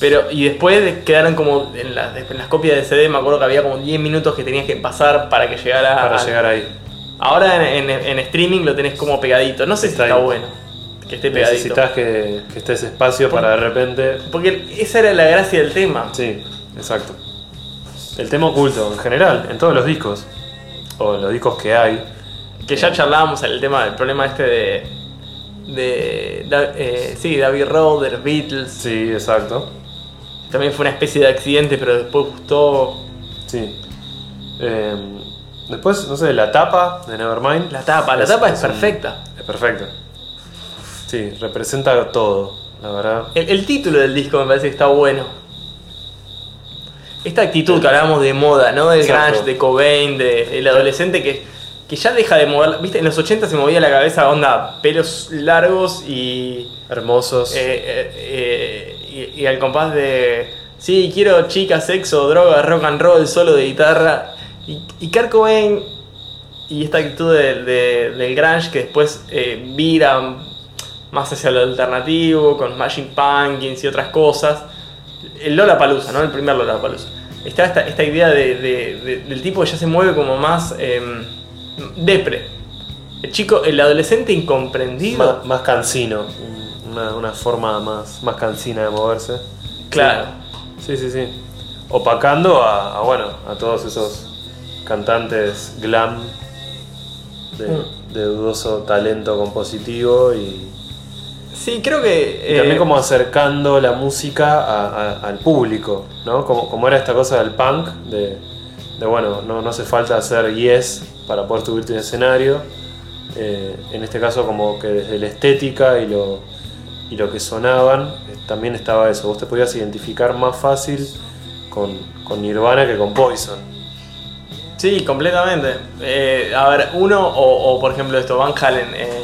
Pero, y después de- quedaron como en, las- en las copias de CD, me acuerdo que había como 10 minutos que tenías que pasar para que llegara
Para
al-
llegar ahí.
Ahora en, en- en streaming lo tenés como pegadito. No sé
Está
si está
ahí.
bueno que esté pegadito.
Necesitas que, que esté ese espacio para de repente.
Porque esa era la gracia del tema.
Sí, exacto. El tema oculto, en general, en todos los discos. O en los discos que hay.
Que ya charlábamos el tema del problema este de. de. Da- eh, sí, David Roder, Beatles.
Sí, exacto.
También fue una especie de accidente, pero después gustó.
Sí. Eh, después, no sé, la tapa de Nevermind.
La tapa, la tapa es
un-
perfecta.
Es perfecta. Sí, representa todo, la verdad.
El, el título del disco me parece que está bueno. Esta actitud que hablábamos de moda, ¿no? Del
Exacto.
grunge, de Cobain, de- el adolescente que, que ya deja de mover. ¿Viste? En los 80 se movía la cabeza, onda, pelos largos y.
Hermosos.
eh, eh, eh, y, y al compás de. Sí, quiero chicas, sexo, drogas, rock and roll, solo de guitarra. Y, y Kurt Cobain Y esta actitud de- de- del grunge que después eh, vira más hacia lo alternativo, con Smashing Pumpkins y otras cosas. El Lola Palusa, ¿no? El primer Lola Palusa. Está esta, esta idea de- de- de- del tipo que ya se mueve como más em, depre. El chico, el adolescente incomprendido.
Más, más cansino. Una, una forma más, más cansina de moverse.
Claro.
Sí, sí, sí. Opacando a, a, bueno, a todos esos cantantes glam de,
Mm.
de dudoso talento compositivo y,
Sí, creo que.
y también
eh,
como acercando la música a- a- al público, ¿no? Como, como era esta cosa del punk, de, de, bueno, no, no hace falta hacer yes para poder subirte un escenario. Eh, en este caso como que desde la estética y lo, y lo que sonaban, eh, también estaba eso. Vos te podías identificar más fácil con, con Nirvana que con Poison.
Sí, completamente. Eh, a ver, uno, o, o por ejemplo esto, Van Halen, eh,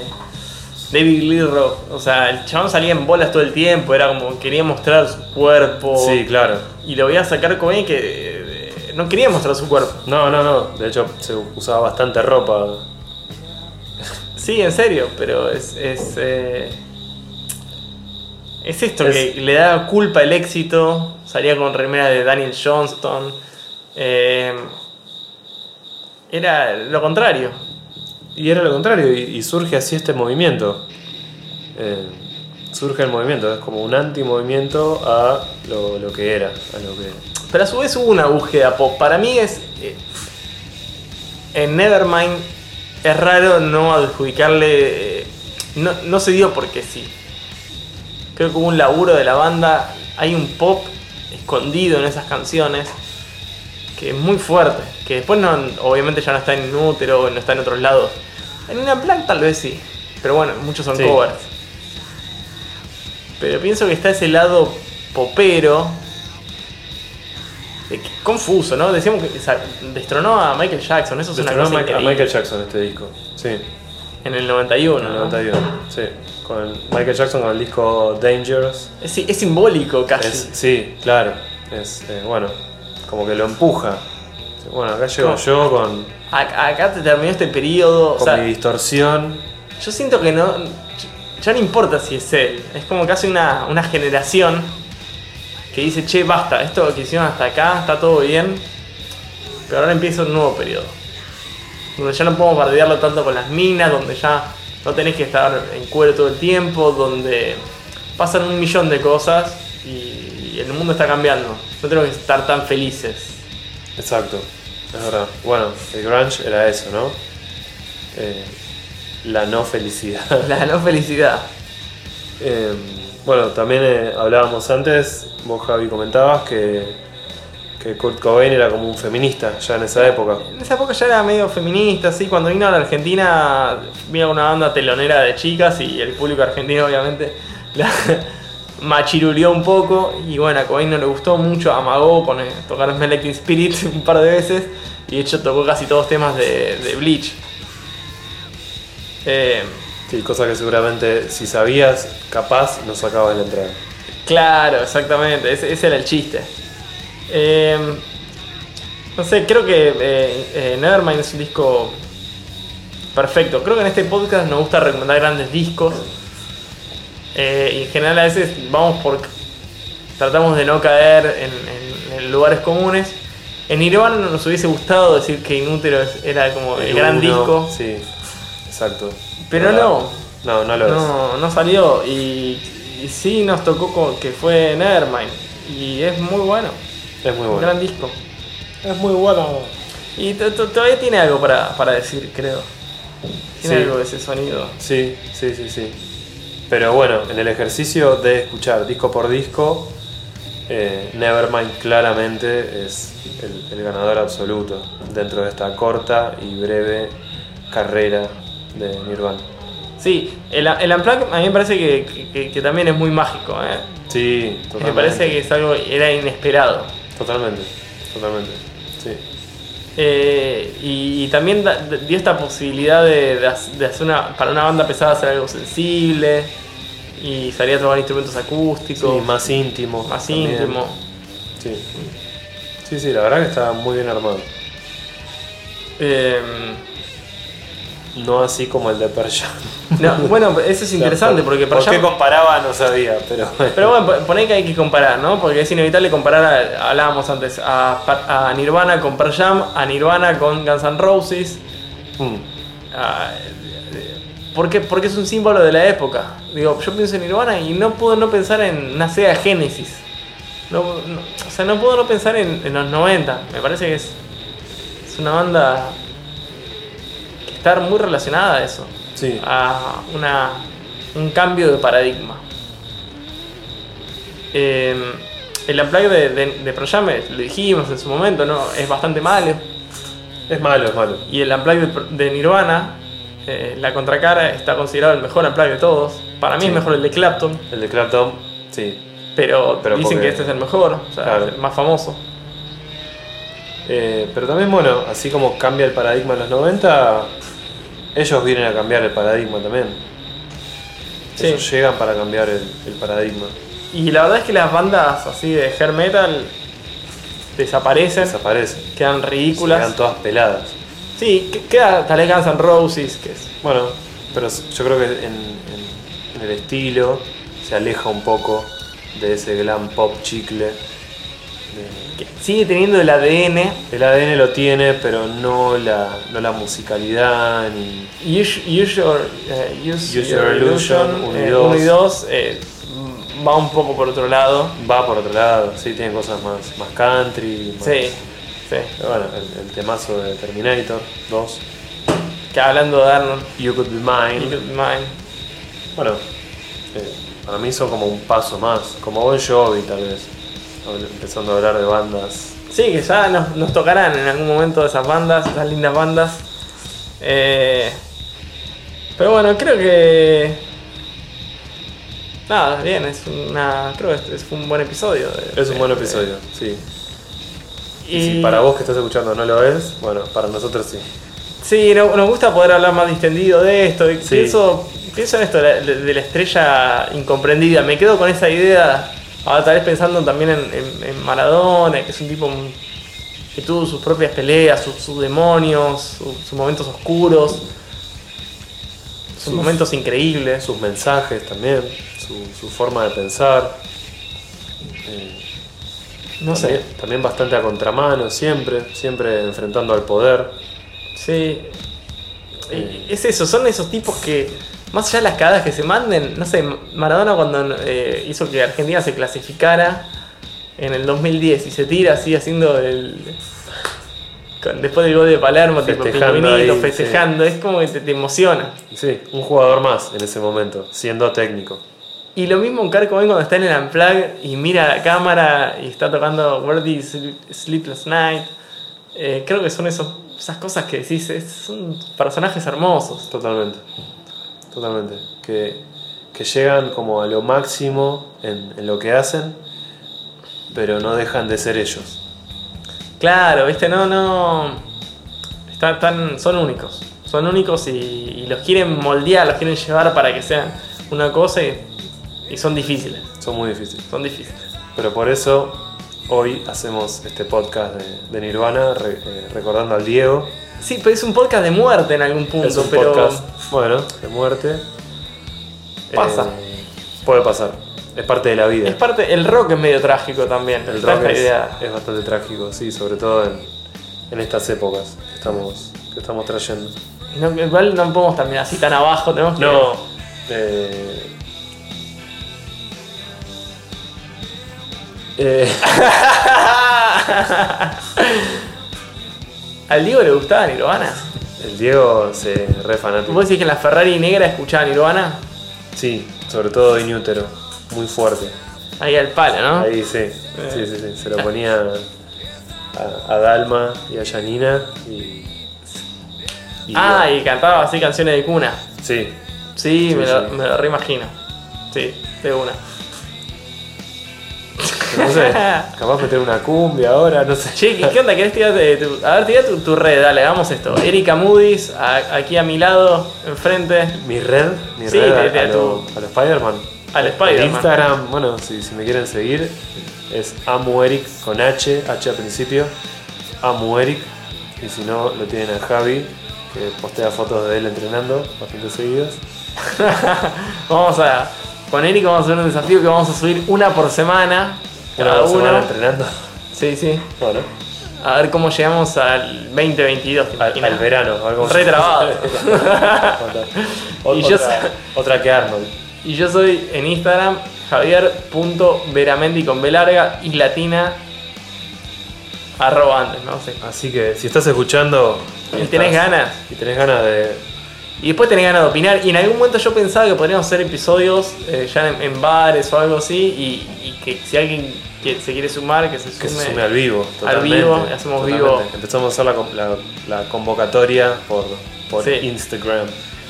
David Lee Roth, o sea, el chabón salía en bolas todo el tiempo, era como, quería mostrar su cuerpo.
Sí, claro.
Y lo voy a sacar con él que eh, no quería mostrar su cuerpo.
No, no, no. De hecho se usaba bastante ropa.
Sí, en serio, pero es... Es, eh, es esto,
Es-
que le da culpa el éxito, salía con remera de Daniel Johnston. eh, era lo contrario.
Y era lo contrario, y, y surge así este movimiento. Eh, surge el movimiento, es como un anti-movimiento a lo, lo que era, a lo que...
Pero a su vez hubo una búsqueda pop. Para mí es. eh, en Nevermind es raro no adjudicarle. eh, no, no se dio porque sí. Creo que hubo un laburo de la banda. Hay un pop escondido en esas canciones que es muy fuerte. Que después, no, obviamente, ya no está en útero, no está en otros lados. En una plan, tal vez sí. Pero bueno, muchos son
Sí.
covers. Pero pienso que está ese lado popero eh, que- confuso, ¿no? Decíamos que sa- destronó a Michael Jackson, eso es una
Destronó
cosa
a Mike- a
increíble.
Michael Jackson este disco, sí, en
En el 91,
el
¿no?
91, sí. Con el- Michael Jackson con el disco Dangerous.
Es, es simbólico casi.
Es- sí, claro, es, eh, bueno, como que lo empuja. Bueno, acá llego
No.
yo con,
A- acá te terminó este periodo. o
con
sea,
mi distorsión.
yo siento que no. Ya no importa si es él. Es como casi una, una generación que dice, che, basta, esto que hicieron hasta acá, está todo bien. Pero ahora empieza un nuevo periodo. Donde ya no podemos bardearlo tanto con las minas, donde ya no tenés que estar en cuero todo el tiempo, donde pasan un millón de cosas y, y el mundo está cambiando. No tenemos que estar tan felices.
Exacto, es verdad. Bueno, el grunge era eso, ¿no? Eh, la no felicidad.
<laughs> La no felicidad.
Eh, bueno, también eh, hablábamos antes, vos Javi comentabas que, que Kurt Cobain era como un feminista ya en esa época.
En esa época ya era medio feminista, así cuando vino a la Argentina vino una banda telonera de chicas y el público argentino obviamente <laughs> la machiruleó un poco y bueno, a Cobain no le gustó mucho, amagó con eh, tocar Electric Spirit <laughs> un par de veces y de hecho tocó casi todos temas de, de Bleach. Eh,
Sí, cosa que seguramente si sabías, capaz no sacabas la entrada.
Claro, exactamente, ese, ese era el chiste. Eh, no sé, creo que eh, eh, Nevermind es un disco perfecto. Creo que en este podcast nos gusta recomendar grandes discos. Eh, y en general a veces vamos por... Tratamos de no caer en, en- en lugares comunes. En Nirvana no nos hubiese gustado decir que Inútero es- era como el, gran
uno,
disco.
Sí, exacto.
Pero
Era-
no.
No, no lo es.
No, no salió. Y, y sí nos tocó con- que fue Nevermind. Y es muy bueno.
Es muy
un
bueno.
Gran disco.
Es muy bueno.
Y to- to- todavía tiene algo para, para decir, creo. Tiene
Sí.
algo de ese sonido.
Sí, sí, sí, sí. Pero bueno, en el ejercicio de escuchar disco por disco, eh, Nevermind claramente es el, el ganador absoluto dentro de esta corta y breve carrera de Nirvana.
Sí, el, el Unplugged a mí me parece que, que- que también es muy mágico. ¿eh?
Sí, totalmente.
Me parece que es algo era inesperado.
Totalmente, totalmente. Sí.
Eh, y, y también da- dio esta posibilidad de, de ha- de hacer una, para una banda pesada hacer algo sensible. Y salir a tocar instrumentos
Sí,
acústicos.
más íntimo.
más
también.
íntimo.
Sí. sí, sí, la verdad que está muy bien armado.
Eh,
no así como el de Perjan.
No, <laughs> bueno, eso es interesante porque
¿Por
para
qué comparaba? No sabía, pero.
Pero bueno, po- poné que hay que comparar, ¿no? Porque es inevitable comparar, a- hablábamos antes, a, Par- a Nirvana con Pearl Jam, a Nirvana con Guns N' Roses.
Mm.
a- porque, porque es un símbolo de la época. Digo, yo pienso en Nirvana y no puedo no pensar en una Sega Genesis. No, no- o sea, no puedo no pensar en, en los 90. Me parece que es, es una banda que está muy relacionada a eso.
Sí.
a una, un cambio de paradigma. Eh, el unplug de, de, de Pearl Jam, lo dijimos en su momento, ¿no? es bastante malo.
Es malo, es malo.
Y el unplug de, de Nirvana, eh, la contracara, está considerado el mejor unplug de todos. Para mí
Sí.
es mejor el de Clapton,
El de Clapton, sí.
pero,
Pero
dicen
porque-
que este es el mejor, o sea,
Claro.
el más famoso.
Eh, pero también, bueno, así como cambia el paradigma en los 90, ellos vienen a cambiar el paradigma también.
Sí.
Ellos llegan para cambiar el, el paradigma.
Y la verdad es que las bandas así de hair metal desaparecen,
Desaparecen.
quedan
Se
ridículas.
quedan todas peladas.
Sí, que- queda tal vez Guns N' Roses, que es
Bueno, pero yo creo que en, en- en el estilo se aleja un poco de ese glam pop chicle. De-
que sigue teniendo el ADN
el ADN lo tiene, pero no la, no la musicalidad ni.
Use, use your, eh, use
Use
your
Your
illusion,
Illusion, uno y
eh,
dos.
uno y dos, eh, va un poco por otro lado.
Va por otro lado, sí, tiene cosas más, más country. más-
Sí, sí.
Pero bueno, el, el temazo de Terminator 2,
Que hablando de Arnold,
You Could Be
you
Mine.
could be mine.
Bueno, eh, para mí hizo como un paso más, como Bon Jovi tal vez, Habl- empezando a hablar de bandas.
Sí, que ya nos, nos tocarán en algún momento esas bandas, esas lindas bandas. Eh, pero bueno, creo que. Nada, bien, es una. Creo que es- fue un buen episodio. de-
Es un buen
de-
episodio, sí. Y,
Eh, y-
si para vos que estás escuchando no lo es, bueno, para nosotros sí.
Sí, no- nos gusta poder hablar más distendido de esto. Y
Sí.
Pienso, pienso en esto la- de, de la estrella incomprendida. Me quedo con esa idea. Ahora tal vez pensando también en, en- en Maradona, que es un tipo m- que tuvo sus propias peleas, sus, sus demonios, su- sus momentos oscuros, sus,
Sus-
momentos increíbles.
Sus mensajes también, su, su forma de pensar. Eh,
no sé.
también- También bastante a contramano, siempre, siempre enfrentando al poder.
Sí. Eh, Es eso, son esos tipos que, más allá de las cagadas que se manden, no sé, Maradona cuando eh, hizo que Argentina se clasificara en el 2010 y se tira así haciendo el... con- después del gol de Palermo, tipo
Festejando
pingüinito,
ahí,
festejando, es como que te, te emociona.
Sí, un jugador más en ese momento, siendo técnico.
Y lo mismo un Carco Ben cuando está en el Unplug y mira a la cámara y está tocando Worthy Sleepless Night. Eh, creo que son esos, esas cosas que decís, es- son personajes hermosos.
Totalmente. Totalmente. Que, que llegan como a lo máximo en, en lo que hacen, pero no dejan de ser ellos.
Claro, viste, no, no. Están, tan- son únicos. Son únicos y, y los quieren moldear, los quieren llevar para que sean una cosa y, y son difíciles.
Son muy difíciles.
Son difíciles.
Pero por eso hoy hacemos este podcast de, de Nirvana re- eh, recordando al Diego.
Sí, pero es un podcast de muerte en algún punto,
es un
pero.
podcast, bueno, de muerte.
Pasa.
Eh, puede pasar. Es parte de la vida.
Es parte. El rock es medio trágico también.
El
está
rock
esta
es,
idea.
es bastante trágico, sí, sobre todo en, en estas épocas que estamos, que estamos trayendo.
No, igual no podemos terminar así tan abajo, tenemos que-
No, eh, eh,
<laughs> Al Diego le gustaba Nirvana.
el Diego se re fanático.
¿Vos decís que en la Ferrari negra escuchaba Nirvana?
Sí, sobre todo inútero, muy fuerte.
Ahí al palo, ¿no?
Ahí sí,
Eh.
sí, sí, sí, se lo ponía a, a Dalma y a Janina y... y-
ah, y cantaba así canciones de cuna.
Sí,
Sí,
Sí,
me, Lo,
sí.
me lo reimagino. Sí, de una.
no sé, capaz meter una cumbia ahora, no sé.
Che, ¿qué, qué onda? ¿Querés tirar de tu, a ver, tira tu, tu red, dale, hagamos esto. Erika Moody's, a- aquí a mi lado, enfrente, <laughs>
Mi red, mi
Sí,
red a-
te- te-
a, lo, a lo Spider-Man.
al
En
Spider-Man.
Instagram, bueno, si, si me quieren seguir, es amueric con H, H al principio, amueric. Y si no, lo tienen a Javi, que postea fotos de él entrenando bastante seguidas.
vamos a. Con Eric vamos a hacer un desafío que vamos a subir una por semana.
Una
Cada
por semana
uno.
entrenando. <laughs>
Sí, sí.
Bueno,
A ver cómo llegamos al 2022. ¿te
al,
imaginas?
al verano. a ver cómo se-
Retrabado.
Ot-
Y
<laughs>
yo
otra, otra que Arnold.
Y yo soy en Instagram javier.veramendi con B larga y latina arroba antes, ¿no? sé.
Así que si estás escuchando
Y tenés
estás-
ganas.
y tenés ganas de
Y después tenés ganas de opinar. Y en algún momento yo pensaba que podríamos hacer episodios eh, ya en, en bares o algo así. Y, y que si alguien que se quiere sumar, que se sume.
que se sume al vivo. totalmente,
vivo, hacemos vivo.
Empezamos a hacer la, com- la- la convocatoria por, por
Sí.
Instagram.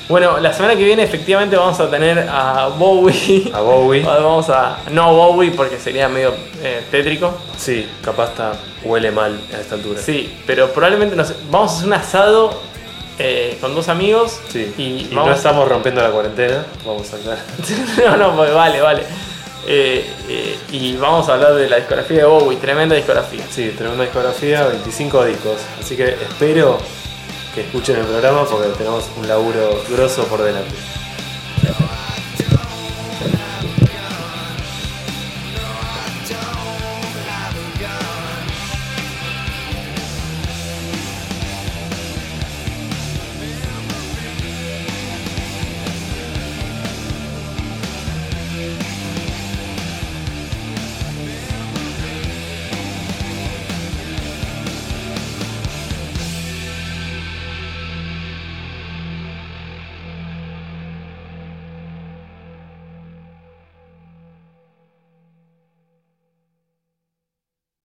Bueno, la semana que viene efectivamente vamos a tener a Bowie.
<laughs> A
<laughs>
Bowie.
Vamos a. No a Bowie porque sería medio eh, tétrico.
Sí, capaz está, huele mal a esta altura.
Sí, pero probablemente nos, vamos a hacer un asado eh, con dos amigos.
Sí.
Y,
Y,
vamos
no estamos rompiendo la cuarentena, vamos a aclarar.
<laughs> no, no, pues vale, vale. Eh, eh, y vamos a hablar de la discografía de Bowie, tremenda discografía.
<laughs> Sí, tenemos una discografía, 25 discos. Así que espero que escuchen el programa porque tenemos un laburo grosso por delante.
Yo